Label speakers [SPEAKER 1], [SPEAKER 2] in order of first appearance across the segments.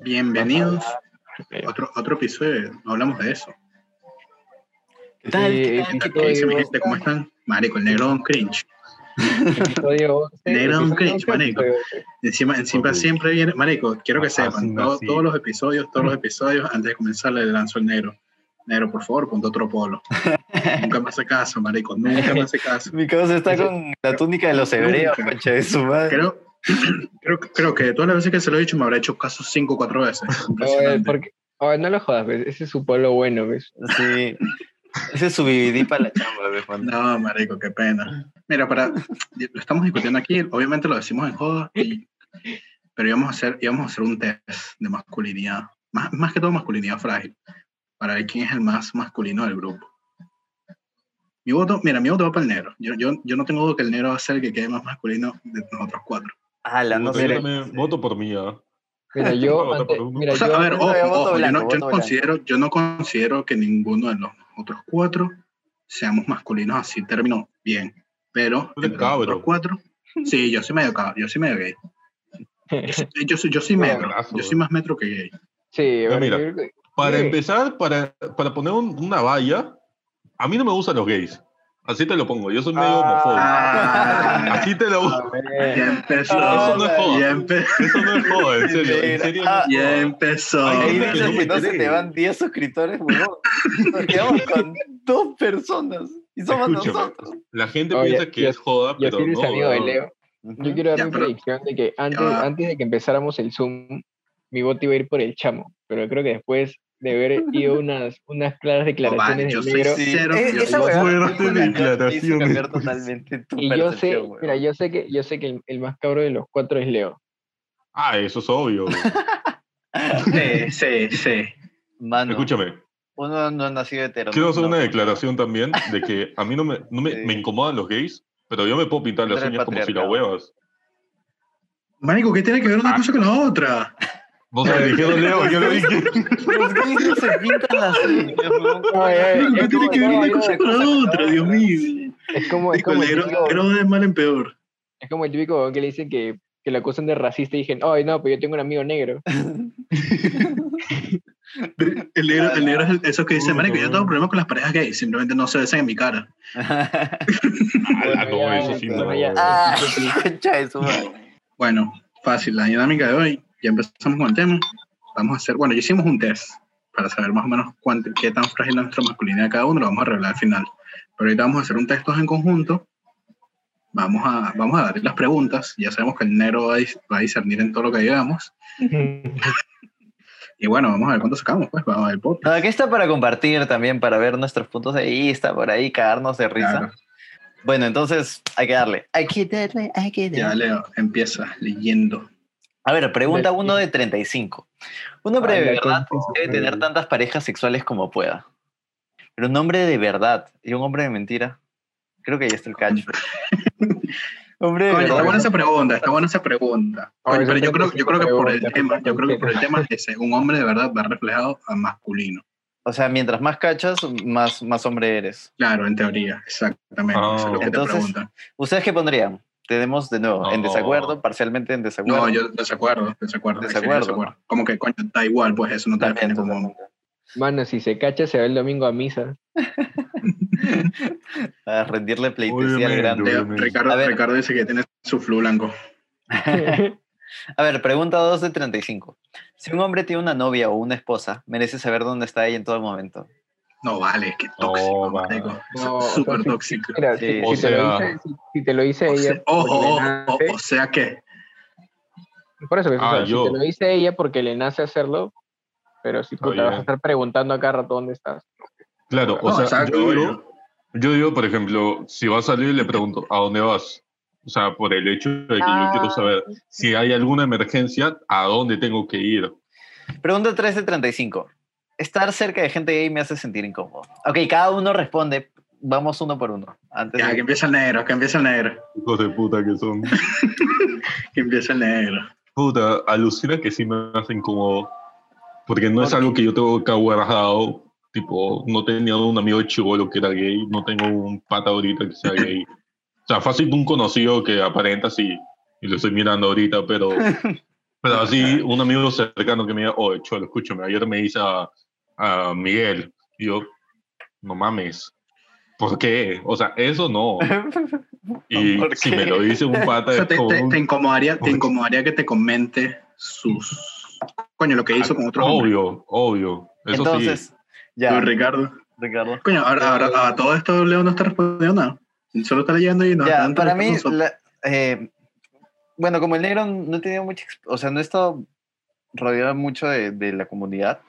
[SPEAKER 1] Bienvenidos. Otro, otro episodio, no hablamos de eso.
[SPEAKER 2] ¿Qué tal? ¿Qué
[SPEAKER 3] Este
[SPEAKER 2] tal?
[SPEAKER 1] ¿Qué
[SPEAKER 2] Episodio
[SPEAKER 1] dice mi gente? ¿Cómo están? Marico, el negro Don Cringe.
[SPEAKER 2] Episodio 11,
[SPEAKER 1] Negro Don
[SPEAKER 2] episodio
[SPEAKER 1] Cringe,
[SPEAKER 2] 11,
[SPEAKER 1] marico.
[SPEAKER 2] episodio 11.
[SPEAKER 1] Encima, encima siempre viene, Marico, quiero que
[SPEAKER 3] Ah,
[SPEAKER 1] sepan,
[SPEAKER 3] sí,
[SPEAKER 1] todo-
[SPEAKER 3] sí.
[SPEAKER 1] todos los episodios, todos los episodios, antes de comenzar le lanzo el negro. Negro, por favor, ponte otro polo. nunca me hace caso, Marico, nunca me hace caso.
[SPEAKER 3] Mi causa está con la túnica de los hebreos,
[SPEAKER 1] Nunca.
[SPEAKER 3] concha de su madre.
[SPEAKER 1] Creo, creo, creo que de todas las veces que se lo he dicho me habrá hecho caso cinco o cuatro veces.
[SPEAKER 3] Eh,
[SPEAKER 2] Oye,
[SPEAKER 1] Impresionante.
[SPEAKER 2] eh, porque- oye, no lo jodas, pues, ese es su polo bueno, pues.
[SPEAKER 3] Sí. Ese es su vividí para la chamba, ve, Juan.
[SPEAKER 1] No, marico, qué pena. Mira, para, lo estamos discutiendo aquí, obviamente lo decimos en joda, y- pero íbamos a, hacer, íbamos a hacer un test de masculinidad, más, más que todo masculinidad frágil, para ver quién es el más masculino del grupo. Mi voto, mira, mi voto va para el negro. Yo, yo, yo no tengo duda que el negro va a ser el que quede más masculino de nosotros cuatro.
[SPEAKER 3] Ala, Ah, no
[SPEAKER 4] Puta,
[SPEAKER 3] sé.
[SPEAKER 4] yo también voto por mí, ¿ah?
[SPEAKER 2] Mira,
[SPEAKER 4] Voy a
[SPEAKER 2] yo,
[SPEAKER 4] votar
[SPEAKER 2] antes-
[SPEAKER 4] por uno.
[SPEAKER 2] mira,
[SPEAKER 1] O sea,
[SPEAKER 2] yo
[SPEAKER 1] a ver,
[SPEAKER 3] yo
[SPEAKER 1] ojo,
[SPEAKER 3] también voto
[SPEAKER 1] ojo, yo
[SPEAKER 3] blanco,
[SPEAKER 1] no, yo no
[SPEAKER 3] voto
[SPEAKER 1] considero, yo no considero que ninguno de los otros cuatro seamos masculinos así, término bien. Pero
[SPEAKER 4] Tú eres
[SPEAKER 1] entre los otros
[SPEAKER 4] cabro.
[SPEAKER 1] cuatro, sí, yo soy medio cabro, yo soy medio gay. Yo soy, yo soy, yo soy metro,
[SPEAKER 4] Cabrazo,
[SPEAKER 1] yo soy más metro que gay.
[SPEAKER 2] sí, a
[SPEAKER 4] No,
[SPEAKER 2] ver,
[SPEAKER 4] mira.
[SPEAKER 2] yo creo que-
[SPEAKER 4] Para
[SPEAKER 2] Sí.
[SPEAKER 4] empezar, para, para poner un- una valla, a mí no me gustan los gays. Así te lo pongo, yo soy medio
[SPEAKER 2] Ah.
[SPEAKER 4] homofóbico.
[SPEAKER 1] Ah,
[SPEAKER 4] Así te lo
[SPEAKER 2] a ver,
[SPEAKER 1] ya empezó,
[SPEAKER 4] Eso no es joda.
[SPEAKER 1] ya, empe-
[SPEAKER 4] Eso no es joda, en serio. En
[SPEAKER 3] Mira,
[SPEAKER 4] serio
[SPEAKER 3] ah.
[SPEAKER 4] no
[SPEAKER 1] ya
[SPEAKER 4] es joda.
[SPEAKER 1] empezó.
[SPEAKER 3] Ahí
[SPEAKER 4] Ay, no,
[SPEAKER 3] dices
[SPEAKER 4] no
[SPEAKER 3] que
[SPEAKER 4] me
[SPEAKER 3] no se
[SPEAKER 4] creen.
[SPEAKER 3] te van 10 suscriptores, weón. Nos quedamos con dos personas. Y somos
[SPEAKER 4] Escúchame.
[SPEAKER 3] nosotros.
[SPEAKER 4] La gente
[SPEAKER 2] Oye,
[SPEAKER 4] piensa que
[SPEAKER 2] yo-
[SPEAKER 4] es joda,
[SPEAKER 2] yo
[SPEAKER 4] pero
[SPEAKER 2] soy
[SPEAKER 4] no.
[SPEAKER 2] amigo de
[SPEAKER 4] weón.
[SPEAKER 2] Leo. Yo quiero dar
[SPEAKER 1] Ya,
[SPEAKER 2] mi
[SPEAKER 1] pero-
[SPEAKER 2] predicción de que antes,
[SPEAKER 1] va.
[SPEAKER 2] antes de que empezáramos el Zoom, mi voto iba a ir por el chamo, pero creo que después de haber ido unas, unas claras declaraciones
[SPEAKER 1] yo
[SPEAKER 2] del
[SPEAKER 1] soy
[SPEAKER 2] negro,
[SPEAKER 1] sí, Cero,
[SPEAKER 3] Eh,
[SPEAKER 1] yo
[SPEAKER 3] esa
[SPEAKER 1] soy
[SPEAKER 3] weá
[SPEAKER 4] fuera
[SPEAKER 3] hizo
[SPEAKER 4] de
[SPEAKER 3] cambiar-
[SPEAKER 4] declaraciones,
[SPEAKER 3] hizo cambiar
[SPEAKER 4] pues.
[SPEAKER 3] totalmente tu
[SPEAKER 2] y yo sé,
[SPEAKER 3] percepción, weón.
[SPEAKER 2] mira, yo sé que, yo sé que el, el más cabro de los cuatro es Leo.
[SPEAKER 4] Ah, eso es obvio. weón.
[SPEAKER 1] Sí, sí, sí.
[SPEAKER 3] Mano,
[SPEAKER 4] Escúchame,
[SPEAKER 3] uno no ha nacido hetero.
[SPEAKER 4] quiero
[SPEAKER 3] no,
[SPEAKER 4] hacer
[SPEAKER 3] no.
[SPEAKER 4] una declaración también de que a mí no me, no me,
[SPEAKER 3] Sí.
[SPEAKER 4] me incomodan los gays, pero yo me puedo pintar las
[SPEAKER 3] Contra el
[SPEAKER 4] uñas como si la
[SPEAKER 3] patriarcado.
[SPEAKER 4] huevas.
[SPEAKER 1] Marico, ¿qué tiene que ver una cosa con la otra?
[SPEAKER 3] Ah,
[SPEAKER 4] No sé, dijeron Leo, yo lo dije.
[SPEAKER 3] Los gays no se pintan las uñas, weón.
[SPEAKER 2] Ay,
[SPEAKER 1] Marico, ¿qué
[SPEAKER 2] es
[SPEAKER 1] tiene
[SPEAKER 2] como-
[SPEAKER 1] que ver
[SPEAKER 2] no,
[SPEAKER 1] una
[SPEAKER 2] no,
[SPEAKER 1] cosa
[SPEAKER 2] no,
[SPEAKER 1] con la
[SPEAKER 3] no,
[SPEAKER 1] otra?
[SPEAKER 3] no,
[SPEAKER 1] Dios
[SPEAKER 3] no.
[SPEAKER 1] mío.
[SPEAKER 2] Es como, es
[SPEAKER 1] Marico,
[SPEAKER 2] como
[SPEAKER 1] el
[SPEAKER 2] el
[SPEAKER 1] negro
[SPEAKER 2] típico-
[SPEAKER 1] creo de mal en peor.
[SPEAKER 2] Es como el típico huevón que le dicen que, que lo acusan de racista y dicen, ay, no, pues yo tengo un amigo negro.
[SPEAKER 1] El negro, el negro es el- esos que dicen,
[SPEAKER 4] Uy,
[SPEAKER 1] marico, yo
[SPEAKER 4] no.
[SPEAKER 1] tengo problemas con las parejas gays, simplemente no se besan en mi cara.
[SPEAKER 4] Ah,
[SPEAKER 2] Bueno,
[SPEAKER 4] no,
[SPEAKER 2] ya,
[SPEAKER 4] eso sí,
[SPEAKER 2] bueno,
[SPEAKER 4] no.
[SPEAKER 2] ya.
[SPEAKER 4] weón.
[SPEAKER 3] Ah, concha de su madre.
[SPEAKER 1] Bueno, fácil, la dinámica de hoy, ya empezamos con el tema. Vamos a hacer, bueno, ya hicimos un test para saber más o menos cuánto, qué tan frágil es nuestra masculinidad cada uno, lo vamos a revelar al final. Pero ahorita vamos a hacer un test todos en conjunto. Vamos a, vamos a dar las preguntas, ya sabemos que el negro va a, dis- va a discernir en todo lo que digamos. Y bueno, vamos a ver cuánto sacamos, pues, vamos a ver el podcast.
[SPEAKER 3] No, aquí está para compartir también, para ver nuestros puntos de vista, por ahí, cagarnos de risa.
[SPEAKER 1] Claro.
[SPEAKER 3] Bueno, entonces hay que darle. Hay que darle, hay que darle.
[SPEAKER 1] Ya, Leo, empieza leyendo.
[SPEAKER 3] A ver, pregunta
[SPEAKER 2] Dale.
[SPEAKER 3] uno de 35. Un hombre
[SPEAKER 2] Ay,
[SPEAKER 3] de
[SPEAKER 2] la
[SPEAKER 3] verdad
[SPEAKER 2] concha de
[SPEAKER 3] debe
[SPEAKER 2] su
[SPEAKER 3] tener
[SPEAKER 2] madre.
[SPEAKER 3] tantas parejas sexuales como pueda. Pero un hombre de verdad y un hombre de mentira. Creo que ahí está el cacho. hombre de
[SPEAKER 1] Coño, está
[SPEAKER 3] verdad.
[SPEAKER 1] buena esa pregunta, está buena esa pregunta. Coño,
[SPEAKER 2] Ahora,
[SPEAKER 1] pero
[SPEAKER 2] yo
[SPEAKER 1] yo
[SPEAKER 2] creo
[SPEAKER 1] creo,
[SPEAKER 2] que
[SPEAKER 1] yo creo que
[SPEAKER 2] sí,
[SPEAKER 1] por el
[SPEAKER 2] pregunta,
[SPEAKER 1] tema, yo creo que
[SPEAKER 2] pregunta.
[SPEAKER 1] por el tema es ese, un hombre de verdad va reflejado a masculino.
[SPEAKER 3] O sea, mientras más cachas, más, más hombre eres.
[SPEAKER 1] Claro, en teoría, exactamente.
[SPEAKER 4] Ah.
[SPEAKER 1] eso es lo que
[SPEAKER 3] Entonces-
[SPEAKER 1] te preguntan.
[SPEAKER 3] ¿Ustedes qué pondrían? Tenemos de nuevo, en
[SPEAKER 4] No.
[SPEAKER 3] desacuerdo, parcialmente en desacuerdo.
[SPEAKER 1] No, yo desacuerdo, desacuerdo, en serio,
[SPEAKER 3] Desacuerdo.
[SPEAKER 1] desacuerdo. Como que coño, da igual, pues eso no te
[SPEAKER 3] también.
[SPEAKER 1] define como hombre.
[SPEAKER 2] Mano, si se cacha, se va el domingo a misa.
[SPEAKER 3] A rendirle pleitesía al
[SPEAKER 4] Obviamente,
[SPEAKER 3] grande.
[SPEAKER 1] Leo,
[SPEAKER 4] Obviamente.
[SPEAKER 1] Ricardo,
[SPEAKER 3] A ver.
[SPEAKER 1] Ricardo dice que tiene su flu blanco.
[SPEAKER 3] A ver, pregunta 2 de 35. Si un hombre tiene una novia o una esposa, merece saber dónde está ella en todo momento.
[SPEAKER 1] No vale, qué
[SPEAKER 4] No,
[SPEAKER 1] tóxico,
[SPEAKER 4] va.
[SPEAKER 1] marico.
[SPEAKER 2] No, o sea,
[SPEAKER 1] Súper
[SPEAKER 2] sí,
[SPEAKER 1] tóxico.
[SPEAKER 2] Mira,
[SPEAKER 3] Sí.
[SPEAKER 2] si,
[SPEAKER 4] O
[SPEAKER 2] si te lo
[SPEAKER 4] sea-
[SPEAKER 2] dice, si, si te lo dice
[SPEAKER 1] O
[SPEAKER 2] ella.
[SPEAKER 1] sea, oh, ojo,
[SPEAKER 2] porque le
[SPEAKER 1] ojo, ojo,
[SPEAKER 2] nace-
[SPEAKER 1] o sea que,
[SPEAKER 2] Por eso, pues, o
[SPEAKER 4] Ah,
[SPEAKER 2] sea,
[SPEAKER 4] yo.
[SPEAKER 2] si te lo dice ella porque le nace hacerlo, pero si puta,
[SPEAKER 4] Oye.
[SPEAKER 2] vas a estar preguntando acá rato dónde estás.
[SPEAKER 4] Claro, o
[SPEAKER 1] No,
[SPEAKER 4] sea,
[SPEAKER 1] exacto,
[SPEAKER 4] yo,
[SPEAKER 1] obvio.
[SPEAKER 4] digo, yo digo, por ejemplo, si va a salir le pregunto, ¿a dónde vas? O sea, por el hecho de que yo quiero saber si hay alguna emergencia, ¿a dónde tengo que ir?
[SPEAKER 3] Pregunta 3 de 35. Estar cerca de gente gay me hace sentir incómodo. Ok, cada uno responde. Vamos uno por uno. Antes
[SPEAKER 1] ya,
[SPEAKER 3] de-
[SPEAKER 1] que empieza el negro, que empieza el negro,
[SPEAKER 4] Hijos de puta que son.
[SPEAKER 1] que empieza el negro.
[SPEAKER 4] Puta, alucina que sí me hace incómodo. Porque no es algo que yo tengo acá guardado. Tipo, no tenía un amigo chivolo que era gay, no tengo un pata ahorita que sea gay. O sea, fácil un conocido que aparenta así, y lo estoy mirando ahorita, pero, Pero así, un amigo cercano que me diga, oye, Cholo, escúchame, ayer me dice a, a Miguel, y yo, no mames, ¿por qué? O sea, eso no. Y
[SPEAKER 3] ¿Por
[SPEAKER 4] si
[SPEAKER 3] qué?
[SPEAKER 4] me lo dice un pata,
[SPEAKER 1] O sea,
[SPEAKER 4] es
[SPEAKER 1] te,
[SPEAKER 4] como
[SPEAKER 1] te-
[SPEAKER 4] un-
[SPEAKER 1] te incomodaría, te
[SPEAKER 4] Uy.
[SPEAKER 1] incomodaría que te comente sus. Coño, lo que hizo con otros hombres.
[SPEAKER 4] Obvio, obvio. Eso
[SPEAKER 3] Entonces,
[SPEAKER 4] sí.
[SPEAKER 1] Tú,
[SPEAKER 3] ya,
[SPEAKER 1] Ricardo.
[SPEAKER 3] Ricardo.
[SPEAKER 1] Coño, ahora, ahora a todo esto Leo no está respondiendo nada. Solo está leyendo y no.
[SPEAKER 3] ya,
[SPEAKER 1] está
[SPEAKER 3] para mí,
[SPEAKER 1] nosotros.
[SPEAKER 3] la- eh, bueno, como el negro no he tenido mucha, ex- o sea, no he estado rodeado mucho de, de la comunidad,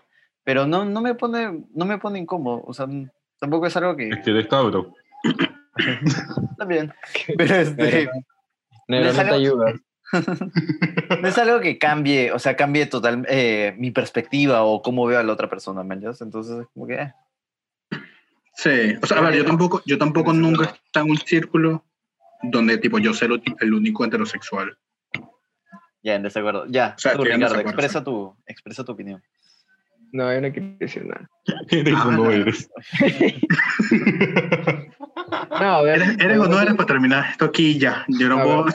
[SPEAKER 3] pero no, no me pone, no me pone incómodo, o sea, n- tampoco es algo que
[SPEAKER 4] Es que eres cabro.
[SPEAKER 3] también, pero este,
[SPEAKER 2] Pero- Negro, no te
[SPEAKER 3] salió-
[SPEAKER 2] ayudas.
[SPEAKER 3] no es algo que cambie, o sea, cambie total eh, mi perspectiva o cómo veo a la otra persona, ¿me entiendes? Entonces, como que, eh,
[SPEAKER 1] Sí, o sea, a ver, yo tampoco, yo tampoco
[SPEAKER 3] Ese es
[SPEAKER 1] nunca he
[SPEAKER 3] verdad.
[SPEAKER 1] estado en un círculo donde, tipo, yo ser el único heterosexual.
[SPEAKER 3] ya, en desacuerdo, ya,
[SPEAKER 1] O sea,
[SPEAKER 3] tú,
[SPEAKER 1] estoy en
[SPEAKER 3] Ricardo,
[SPEAKER 1] desacuerdo,
[SPEAKER 3] expresa tu, expresa tu opinión.
[SPEAKER 2] No, yo no quiero decir nada.
[SPEAKER 4] Eres o
[SPEAKER 1] Ah.
[SPEAKER 4] no eres.
[SPEAKER 2] No, a ver.
[SPEAKER 1] Eres, eres o no eres para terminar esto aquí ya. Yo no
[SPEAKER 2] A
[SPEAKER 1] puedo.
[SPEAKER 2] ver.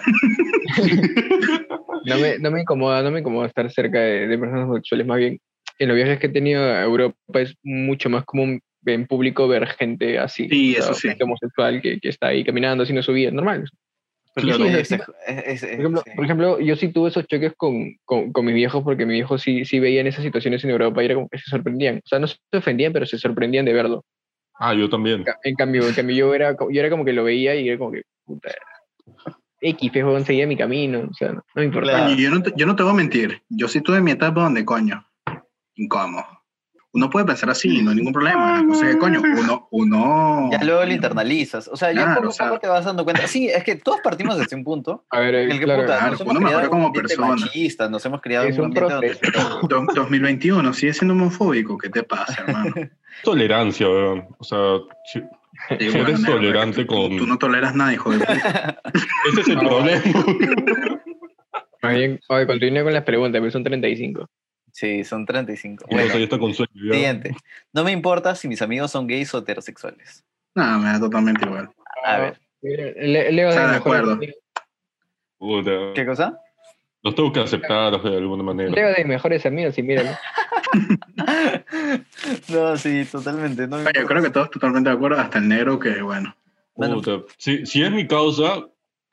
[SPEAKER 2] No me, no me incomoda, no me incomoda estar cerca de, de personas homosexuales. Más bien, en los viajes que he tenido a Europa es mucho más común en público ver gente así.
[SPEAKER 1] Sí, eso sí.
[SPEAKER 2] gente homosexual que, que está ahí caminando, haciendo su vida, normal.
[SPEAKER 3] Porque
[SPEAKER 2] Claro.
[SPEAKER 3] sí, es- es- es-
[SPEAKER 2] Por ejemplo,
[SPEAKER 3] sí.
[SPEAKER 2] por ejemplo, yo sí tuve esos choques con, con, con mis viejos porque mis viejos sí, sí veían esas situaciones en Europa y era como que se sorprendían. O sea, no se ofendían, pero se sorprendían de verlo.
[SPEAKER 4] Ah, yo también.
[SPEAKER 2] Ca- En cambio, en cambio yo, era, co- yo era como que lo veía y era como que, puta, X, feo, seguía mi camino. O sea, no, no me importaba.
[SPEAKER 3] Claro.
[SPEAKER 1] Coño, yo, no te, yo no te voy a mentir. Yo sí tuve mi etapa donde, coño, incómodo. Uno puede pensar así, no hay ningún problema. No sé qué, coño, uno, uno.
[SPEAKER 3] Ya luego lo internalizas. O sea, ya
[SPEAKER 1] Claro,
[SPEAKER 3] poco
[SPEAKER 1] o
[SPEAKER 3] a
[SPEAKER 1] sea.
[SPEAKER 3] poco te vas dando cuenta. Sí, es que todos partimos desde un punto.
[SPEAKER 2] A ver, eh,
[SPEAKER 3] en el que
[SPEAKER 2] claro,
[SPEAKER 3] puta,
[SPEAKER 1] claro,
[SPEAKER 3] nos hemos
[SPEAKER 1] uno mejora
[SPEAKER 3] criado en un
[SPEAKER 1] como
[SPEAKER 3] ambiente
[SPEAKER 1] persona.
[SPEAKER 3] machista, nos hemos criado en
[SPEAKER 2] Es
[SPEAKER 3] un
[SPEAKER 2] un
[SPEAKER 3] ambiente donde-
[SPEAKER 1] Do- 2021, sigue siendo homofóbico. ¿Qué te pasa, hermano?
[SPEAKER 4] Tolerancia, weón. O sea, sí.
[SPEAKER 1] Sí,
[SPEAKER 4] Eres
[SPEAKER 1] bueno, negro,
[SPEAKER 4] tolerante
[SPEAKER 1] tú-
[SPEAKER 4] con-
[SPEAKER 1] Tú no toleras nada, hijo de puta.
[SPEAKER 4] ese es el
[SPEAKER 2] No.
[SPEAKER 4] problema.
[SPEAKER 2] más bien, oye, continúa con las preguntas, pero son 35.
[SPEAKER 3] Sí, son 35.
[SPEAKER 4] Y
[SPEAKER 3] Bueno,
[SPEAKER 4] Entonces ya está con sueño. ya.
[SPEAKER 3] siguiente. No me importa si mis amigos son gays o heterosexuales.
[SPEAKER 1] No, me da totalmente igual.
[SPEAKER 3] A ver,
[SPEAKER 2] Eh, Le- Leo
[SPEAKER 1] O sea,
[SPEAKER 2] da
[SPEAKER 1] de
[SPEAKER 2] mejor
[SPEAKER 1] acuerdo.
[SPEAKER 2] amigo-
[SPEAKER 4] Puta.
[SPEAKER 3] ¿qué cosa?
[SPEAKER 4] Los tengo que aceptar o sea, de alguna manera.
[SPEAKER 2] Leo de mejores amigos y míralo.
[SPEAKER 3] No, sí, totalmente. No me
[SPEAKER 1] Oye, Yo creo
[SPEAKER 3] importa.
[SPEAKER 1] que todos totalmente de acuerdo, hasta el negro que, bueno.
[SPEAKER 3] Bueno,
[SPEAKER 4] Puta. Si, si es mi causa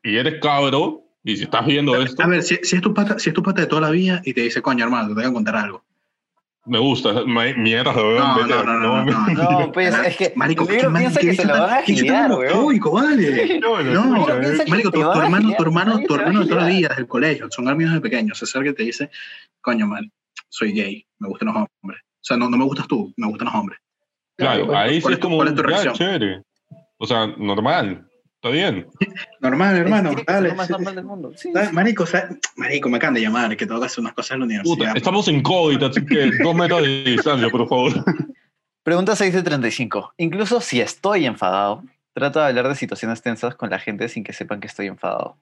[SPEAKER 4] y eres cabro y si estás viendo esto,
[SPEAKER 1] A ver, si, si es tu pata, si es tu pata de toda la vida y te dice, coño, hermano, te voy a contar algo.
[SPEAKER 4] me gusta. ma- Mierda, weón.
[SPEAKER 1] No,
[SPEAKER 4] vete
[SPEAKER 1] no,
[SPEAKER 4] a-
[SPEAKER 1] no, no, no. no.
[SPEAKER 3] No, pues es que
[SPEAKER 1] Marico,
[SPEAKER 3] el negro
[SPEAKER 1] ¿qué
[SPEAKER 3] piensa
[SPEAKER 1] mal-
[SPEAKER 3] que
[SPEAKER 1] qué
[SPEAKER 3] se lo
[SPEAKER 1] bicho
[SPEAKER 3] van a
[SPEAKER 1] tan- qué bicho tan
[SPEAKER 3] gilear, weón.
[SPEAKER 1] homofóbico, vale.
[SPEAKER 4] No,
[SPEAKER 1] No,
[SPEAKER 4] no, escucha,
[SPEAKER 3] piensa
[SPEAKER 4] eh.
[SPEAKER 3] que
[SPEAKER 1] Marico,
[SPEAKER 3] te
[SPEAKER 1] tu, tu
[SPEAKER 3] van a
[SPEAKER 1] hermano, tu
[SPEAKER 3] gilear,
[SPEAKER 1] hermano,
[SPEAKER 3] nadie
[SPEAKER 1] tu
[SPEAKER 3] te va a
[SPEAKER 1] hermano de toda la
[SPEAKER 3] gilear.
[SPEAKER 1] vida desde el colegio, son amigos de pequeños. Se acerca y te dice, coño, man, soy gay, me gustan los hombres. O sea, no, no me gustas tú, me gustan los hombres.
[SPEAKER 4] Claro,
[SPEAKER 2] Claro,
[SPEAKER 4] ahí sí
[SPEAKER 1] ¿cuál
[SPEAKER 4] es
[SPEAKER 1] es tu-
[SPEAKER 4] como
[SPEAKER 1] cuál es
[SPEAKER 4] un
[SPEAKER 1] tu
[SPEAKER 4] ya,
[SPEAKER 1] reacción?
[SPEAKER 4] chévere. O sea, normal. Está bien.
[SPEAKER 1] Normal, hermano,
[SPEAKER 3] Tiene que ser
[SPEAKER 1] dale.
[SPEAKER 3] lo más
[SPEAKER 1] sí,
[SPEAKER 3] normal
[SPEAKER 1] sí.
[SPEAKER 3] del mundo. Sí,
[SPEAKER 1] Dale, Marico, o sea, marico, me acaban de llamar, que tengo que hacer unas cosas en la
[SPEAKER 4] Puta,
[SPEAKER 1] universidad.
[SPEAKER 4] estamos en COVID, así que dos metros de distancia, por favor.
[SPEAKER 3] Pregunta 6 de 35. Incluso si estoy enfadado, trato de hablar de situaciones tensas con la gente sin que sepan que estoy enfadado.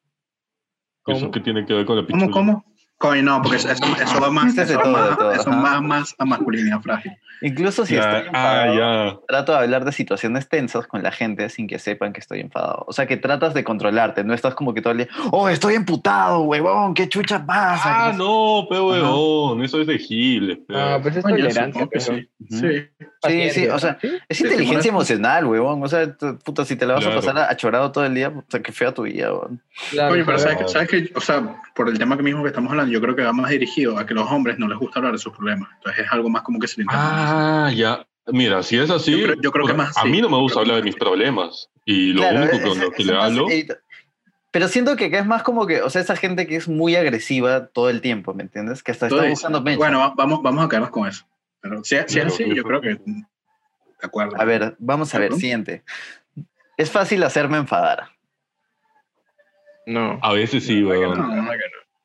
[SPEAKER 4] ¿Eso qué tiene que ver con la pichula?
[SPEAKER 1] ¿Cómo, cómo? Coño, no, porque eso, eso, eso va más,
[SPEAKER 3] Este es de
[SPEAKER 1] eso, va
[SPEAKER 3] todo, de
[SPEAKER 1] más-
[SPEAKER 3] todo,
[SPEAKER 1] eso
[SPEAKER 3] ajá.
[SPEAKER 1] va más a masculinidad frágil.
[SPEAKER 3] Incluso si
[SPEAKER 4] Ya,
[SPEAKER 3] estoy enfadado,
[SPEAKER 4] ah,
[SPEAKER 3] trato de hablar de situaciones tensas con la gente sin que sepan que estoy enfadado. O sea, que tratas de controlarte, no estás como que todo el día, oh, estoy emputado, huevón, qué chucha
[SPEAKER 4] ya.
[SPEAKER 3] pasa.
[SPEAKER 4] Ah, no, pe huevón, eso es de giles. pe.
[SPEAKER 2] Ah, pues es
[SPEAKER 1] Eh, Coño,
[SPEAKER 2] tolerancia.
[SPEAKER 1] supongo que
[SPEAKER 2] pero
[SPEAKER 1] sí.
[SPEAKER 3] Ujú.
[SPEAKER 1] Sí.
[SPEAKER 3] Sí,
[SPEAKER 2] paciencia,
[SPEAKER 3] sí, o sea,
[SPEAKER 2] ¿sí?
[SPEAKER 3] Es
[SPEAKER 1] te
[SPEAKER 3] inteligencia
[SPEAKER 1] molesta.
[SPEAKER 3] emocional, huevón. O sea, tú- puta, si te la vas
[SPEAKER 4] Claro.
[SPEAKER 3] a pasar achorado todo el día, puta, qué fea tu vida, huevón.
[SPEAKER 2] Claro,
[SPEAKER 1] Coño, pero
[SPEAKER 2] claro.
[SPEAKER 1] sabes que, sabes que, o sea, por el tema que mismo que estamos hablando, yo creo que va más dirigido a que los hombres no les gusta hablar de sus problemas. Entonces es algo más como que se le interna.
[SPEAKER 4] Ah, ya. Mira, si es así,
[SPEAKER 1] Yo creo- yo creo que
[SPEAKER 4] o sea,
[SPEAKER 1] más
[SPEAKER 4] a
[SPEAKER 1] sí.
[SPEAKER 4] mí no me gusta
[SPEAKER 1] Creo que
[SPEAKER 4] hablar de
[SPEAKER 1] más
[SPEAKER 4] mis
[SPEAKER 1] sí.
[SPEAKER 4] problemas. Y lo
[SPEAKER 3] Claro,
[SPEAKER 4] único
[SPEAKER 3] es-
[SPEAKER 4] con lo
[SPEAKER 3] es-
[SPEAKER 4] que
[SPEAKER 3] es
[SPEAKER 4] le
[SPEAKER 3] más
[SPEAKER 4] hablo,
[SPEAKER 3] edita- Pero siento que acá es más como que, o sea, esa gente que es muy agresiva todo el tiempo, ¿me entiendes? Que hasta está
[SPEAKER 1] Entonces,
[SPEAKER 3] buscando mecha.
[SPEAKER 1] Bueno, va- vamos, vamos a quedarnos con eso. Pero si, si es
[SPEAKER 4] Claro,
[SPEAKER 1] así,
[SPEAKER 4] sí,
[SPEAKER 1] yo
[SPEAKER 4] sí.
[SPEAKER 1] creo que. De acuerdo.
[SPEAKER 3] A ver, vamos a ver,
[SPEAKER 1] Ujú.
[SPEAKER 3] siguiente. Es fácil hacerme enfadar.
[SPEAKER 2] No.
[SPEAKER 4] a veces Ah, sí,
[SPEAKER 1] Ah, No,
[SPEAKER 4] weón.
[SPEAKER 1] no, no, que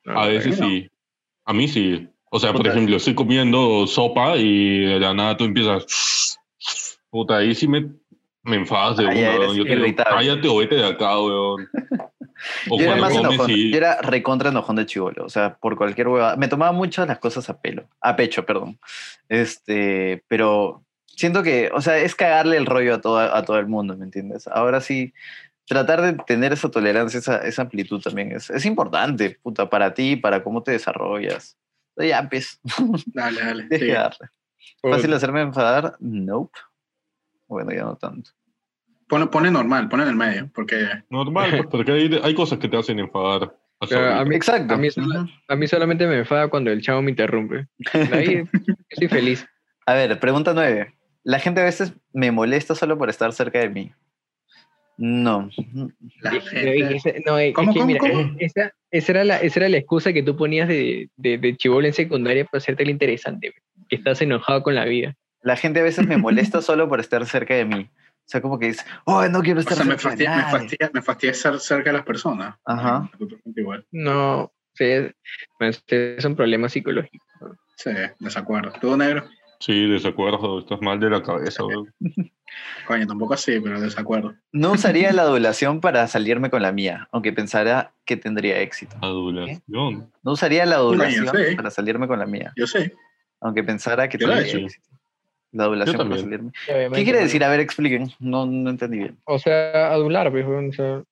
[SPEAKER 2] no,
[SPEAKER 4] A veces
[SPEAKER 1] no.
[SPEAKER 4] Ah, sí. A mí sí. O sea, por
[SPEAKER 3] Puta.
[SPEAKER 4] ejemplo, estoy comiendo sopa y de la nada tú empiezas. Puta, ahí sí me, me enfadas de
[SPEAKER 3] Ah,
[SPEAKER 4] una,
[SPEAKER 3] ya eres
[SPEAKER 4] weón. Yo te digo,
[SPEAKER 3] irritable.
[SPEAKER 4] cállate o vete de acá, weón. O
[SPEAKER 3] yo era
[SPEAKER 4] cuando
[SPEAKER 3] más
[SPEAKER 4] comes
[SPEAKER 3] enojón.
[SPEAKER 4] y.
[SPEAKER 3] Yo era recontra enojón de chivolo. O sea, por cualquier hueva. Me tomaba muchas las cosas a pelo. A pecho, perdón. Este, pero siento que, o sea, es cagarle el rollo a todo, a todo el mundo, ¿me entiendes? Ahora sí, tratar de tener esa tolerancia, esa, esa amplitud también es, es importante, puta, para ti, para cómo te desarrollas. Entonces, Ya, pues,
[SPEAKER 1] Dale, dale.
[SPEAKER 3] tienes
[SPEAKER 1] sí.
[SPEAKER 3] que darle.
[SPEAKER 2] Puta.
[SPEAKER 3] ¿Fácil hacerme enfadar? Nope. Bueno, ya no tanto.
[SPEAKER 1] Pone, pone normal, pone en el medio, porque...
[SPEAKER 4] Normal, pues, porque hay, hay cosas que te hacen enfadar. a
[SPEAKER 2] Claro,
[SPEAKER 4] Saúl.
[SPEAKER 2] a mí-
[SPEAKER 3] Exacto.
[SPEAKER 2] A mí, sola- a mí solamente me enfada cuando el chavo me interrumpe. De ahí yo soy feliz.
[SPEAKER 3] A ver, pregunta nueve. La gente a veces me molesta solo por estar cerca de mí. No.
[SPEAKER 1] La
[SPEAKER 2] Y- y
[SPEAKER 1] gente...
[SPEAKER 2] ese- no, eh, es
[SPEAKER 1] ¿Cómo,
[SPEAKER 2] que
[SPEAKER 1] cómo,
[SPEAKER 2] mira,
[SPEAKER 1] cómo?
[SPEAKER 2] Esa, esa era la, esa era la excusa que tú ponías de, de, de chibolo en secundaria para hacerte el interesante, güey, que estás enojado con la vida.
[SPEAKER 3] La gente a veces me molesta solo por estar cerca de mí. O sea, como que dice, oh, no quiero
[SPEAKER 1] O
[SPEAKER 3] estar
[SPEAKER 1] sea, me
[SPEAKER 3] cerca de
[SPEAKER 1] fastidia, me,
[SPEAKER 3] nadie".
[SPEAKER 1] fastidia, me fastidia estar cerca de las personas.
[SPEAKER 3] Ajá.
[SPEAKER 1] Totalmente Igual.
[SPEAKER 2] No, o sea, es- pues, es un problema psicológico.
[SPEAKER 1] Sí, desacuerdo. ¿Tú, negro?
[SPEAKER 4] Sí, desacuerdo, estás mal de la cabeza, bro.
[SPEAKER 1] Coño, tampoco así, pero desacuerdo.
[SPEAKER 3] No usaría la adulación para salirme con la mía, aunque pensara que tendría éxito.
[SPEAKER 4] Adulación.
[SPEAKER 3] No usaría la adulación
[SPEAKER 1] sí.
[SPEAKER 3] para salirme con la mía,
[SPEAKER 1] Yo sé.
[SPEAKER 3] aunque pensara que
[SPEAKER 1] Yo la he
[SPEAKER 3] tendría
[SPEAKER 4] hecho.
[SPEAKER 3] éxito. La adulación para
[SPEAKER 4] también.
[SPEAKER 3] salirme. ¿Qué quiere decir? A ver, expliquen. No, no entendí bien.
[SPEAKER 2] O sea, adular, pues, weón, o sea,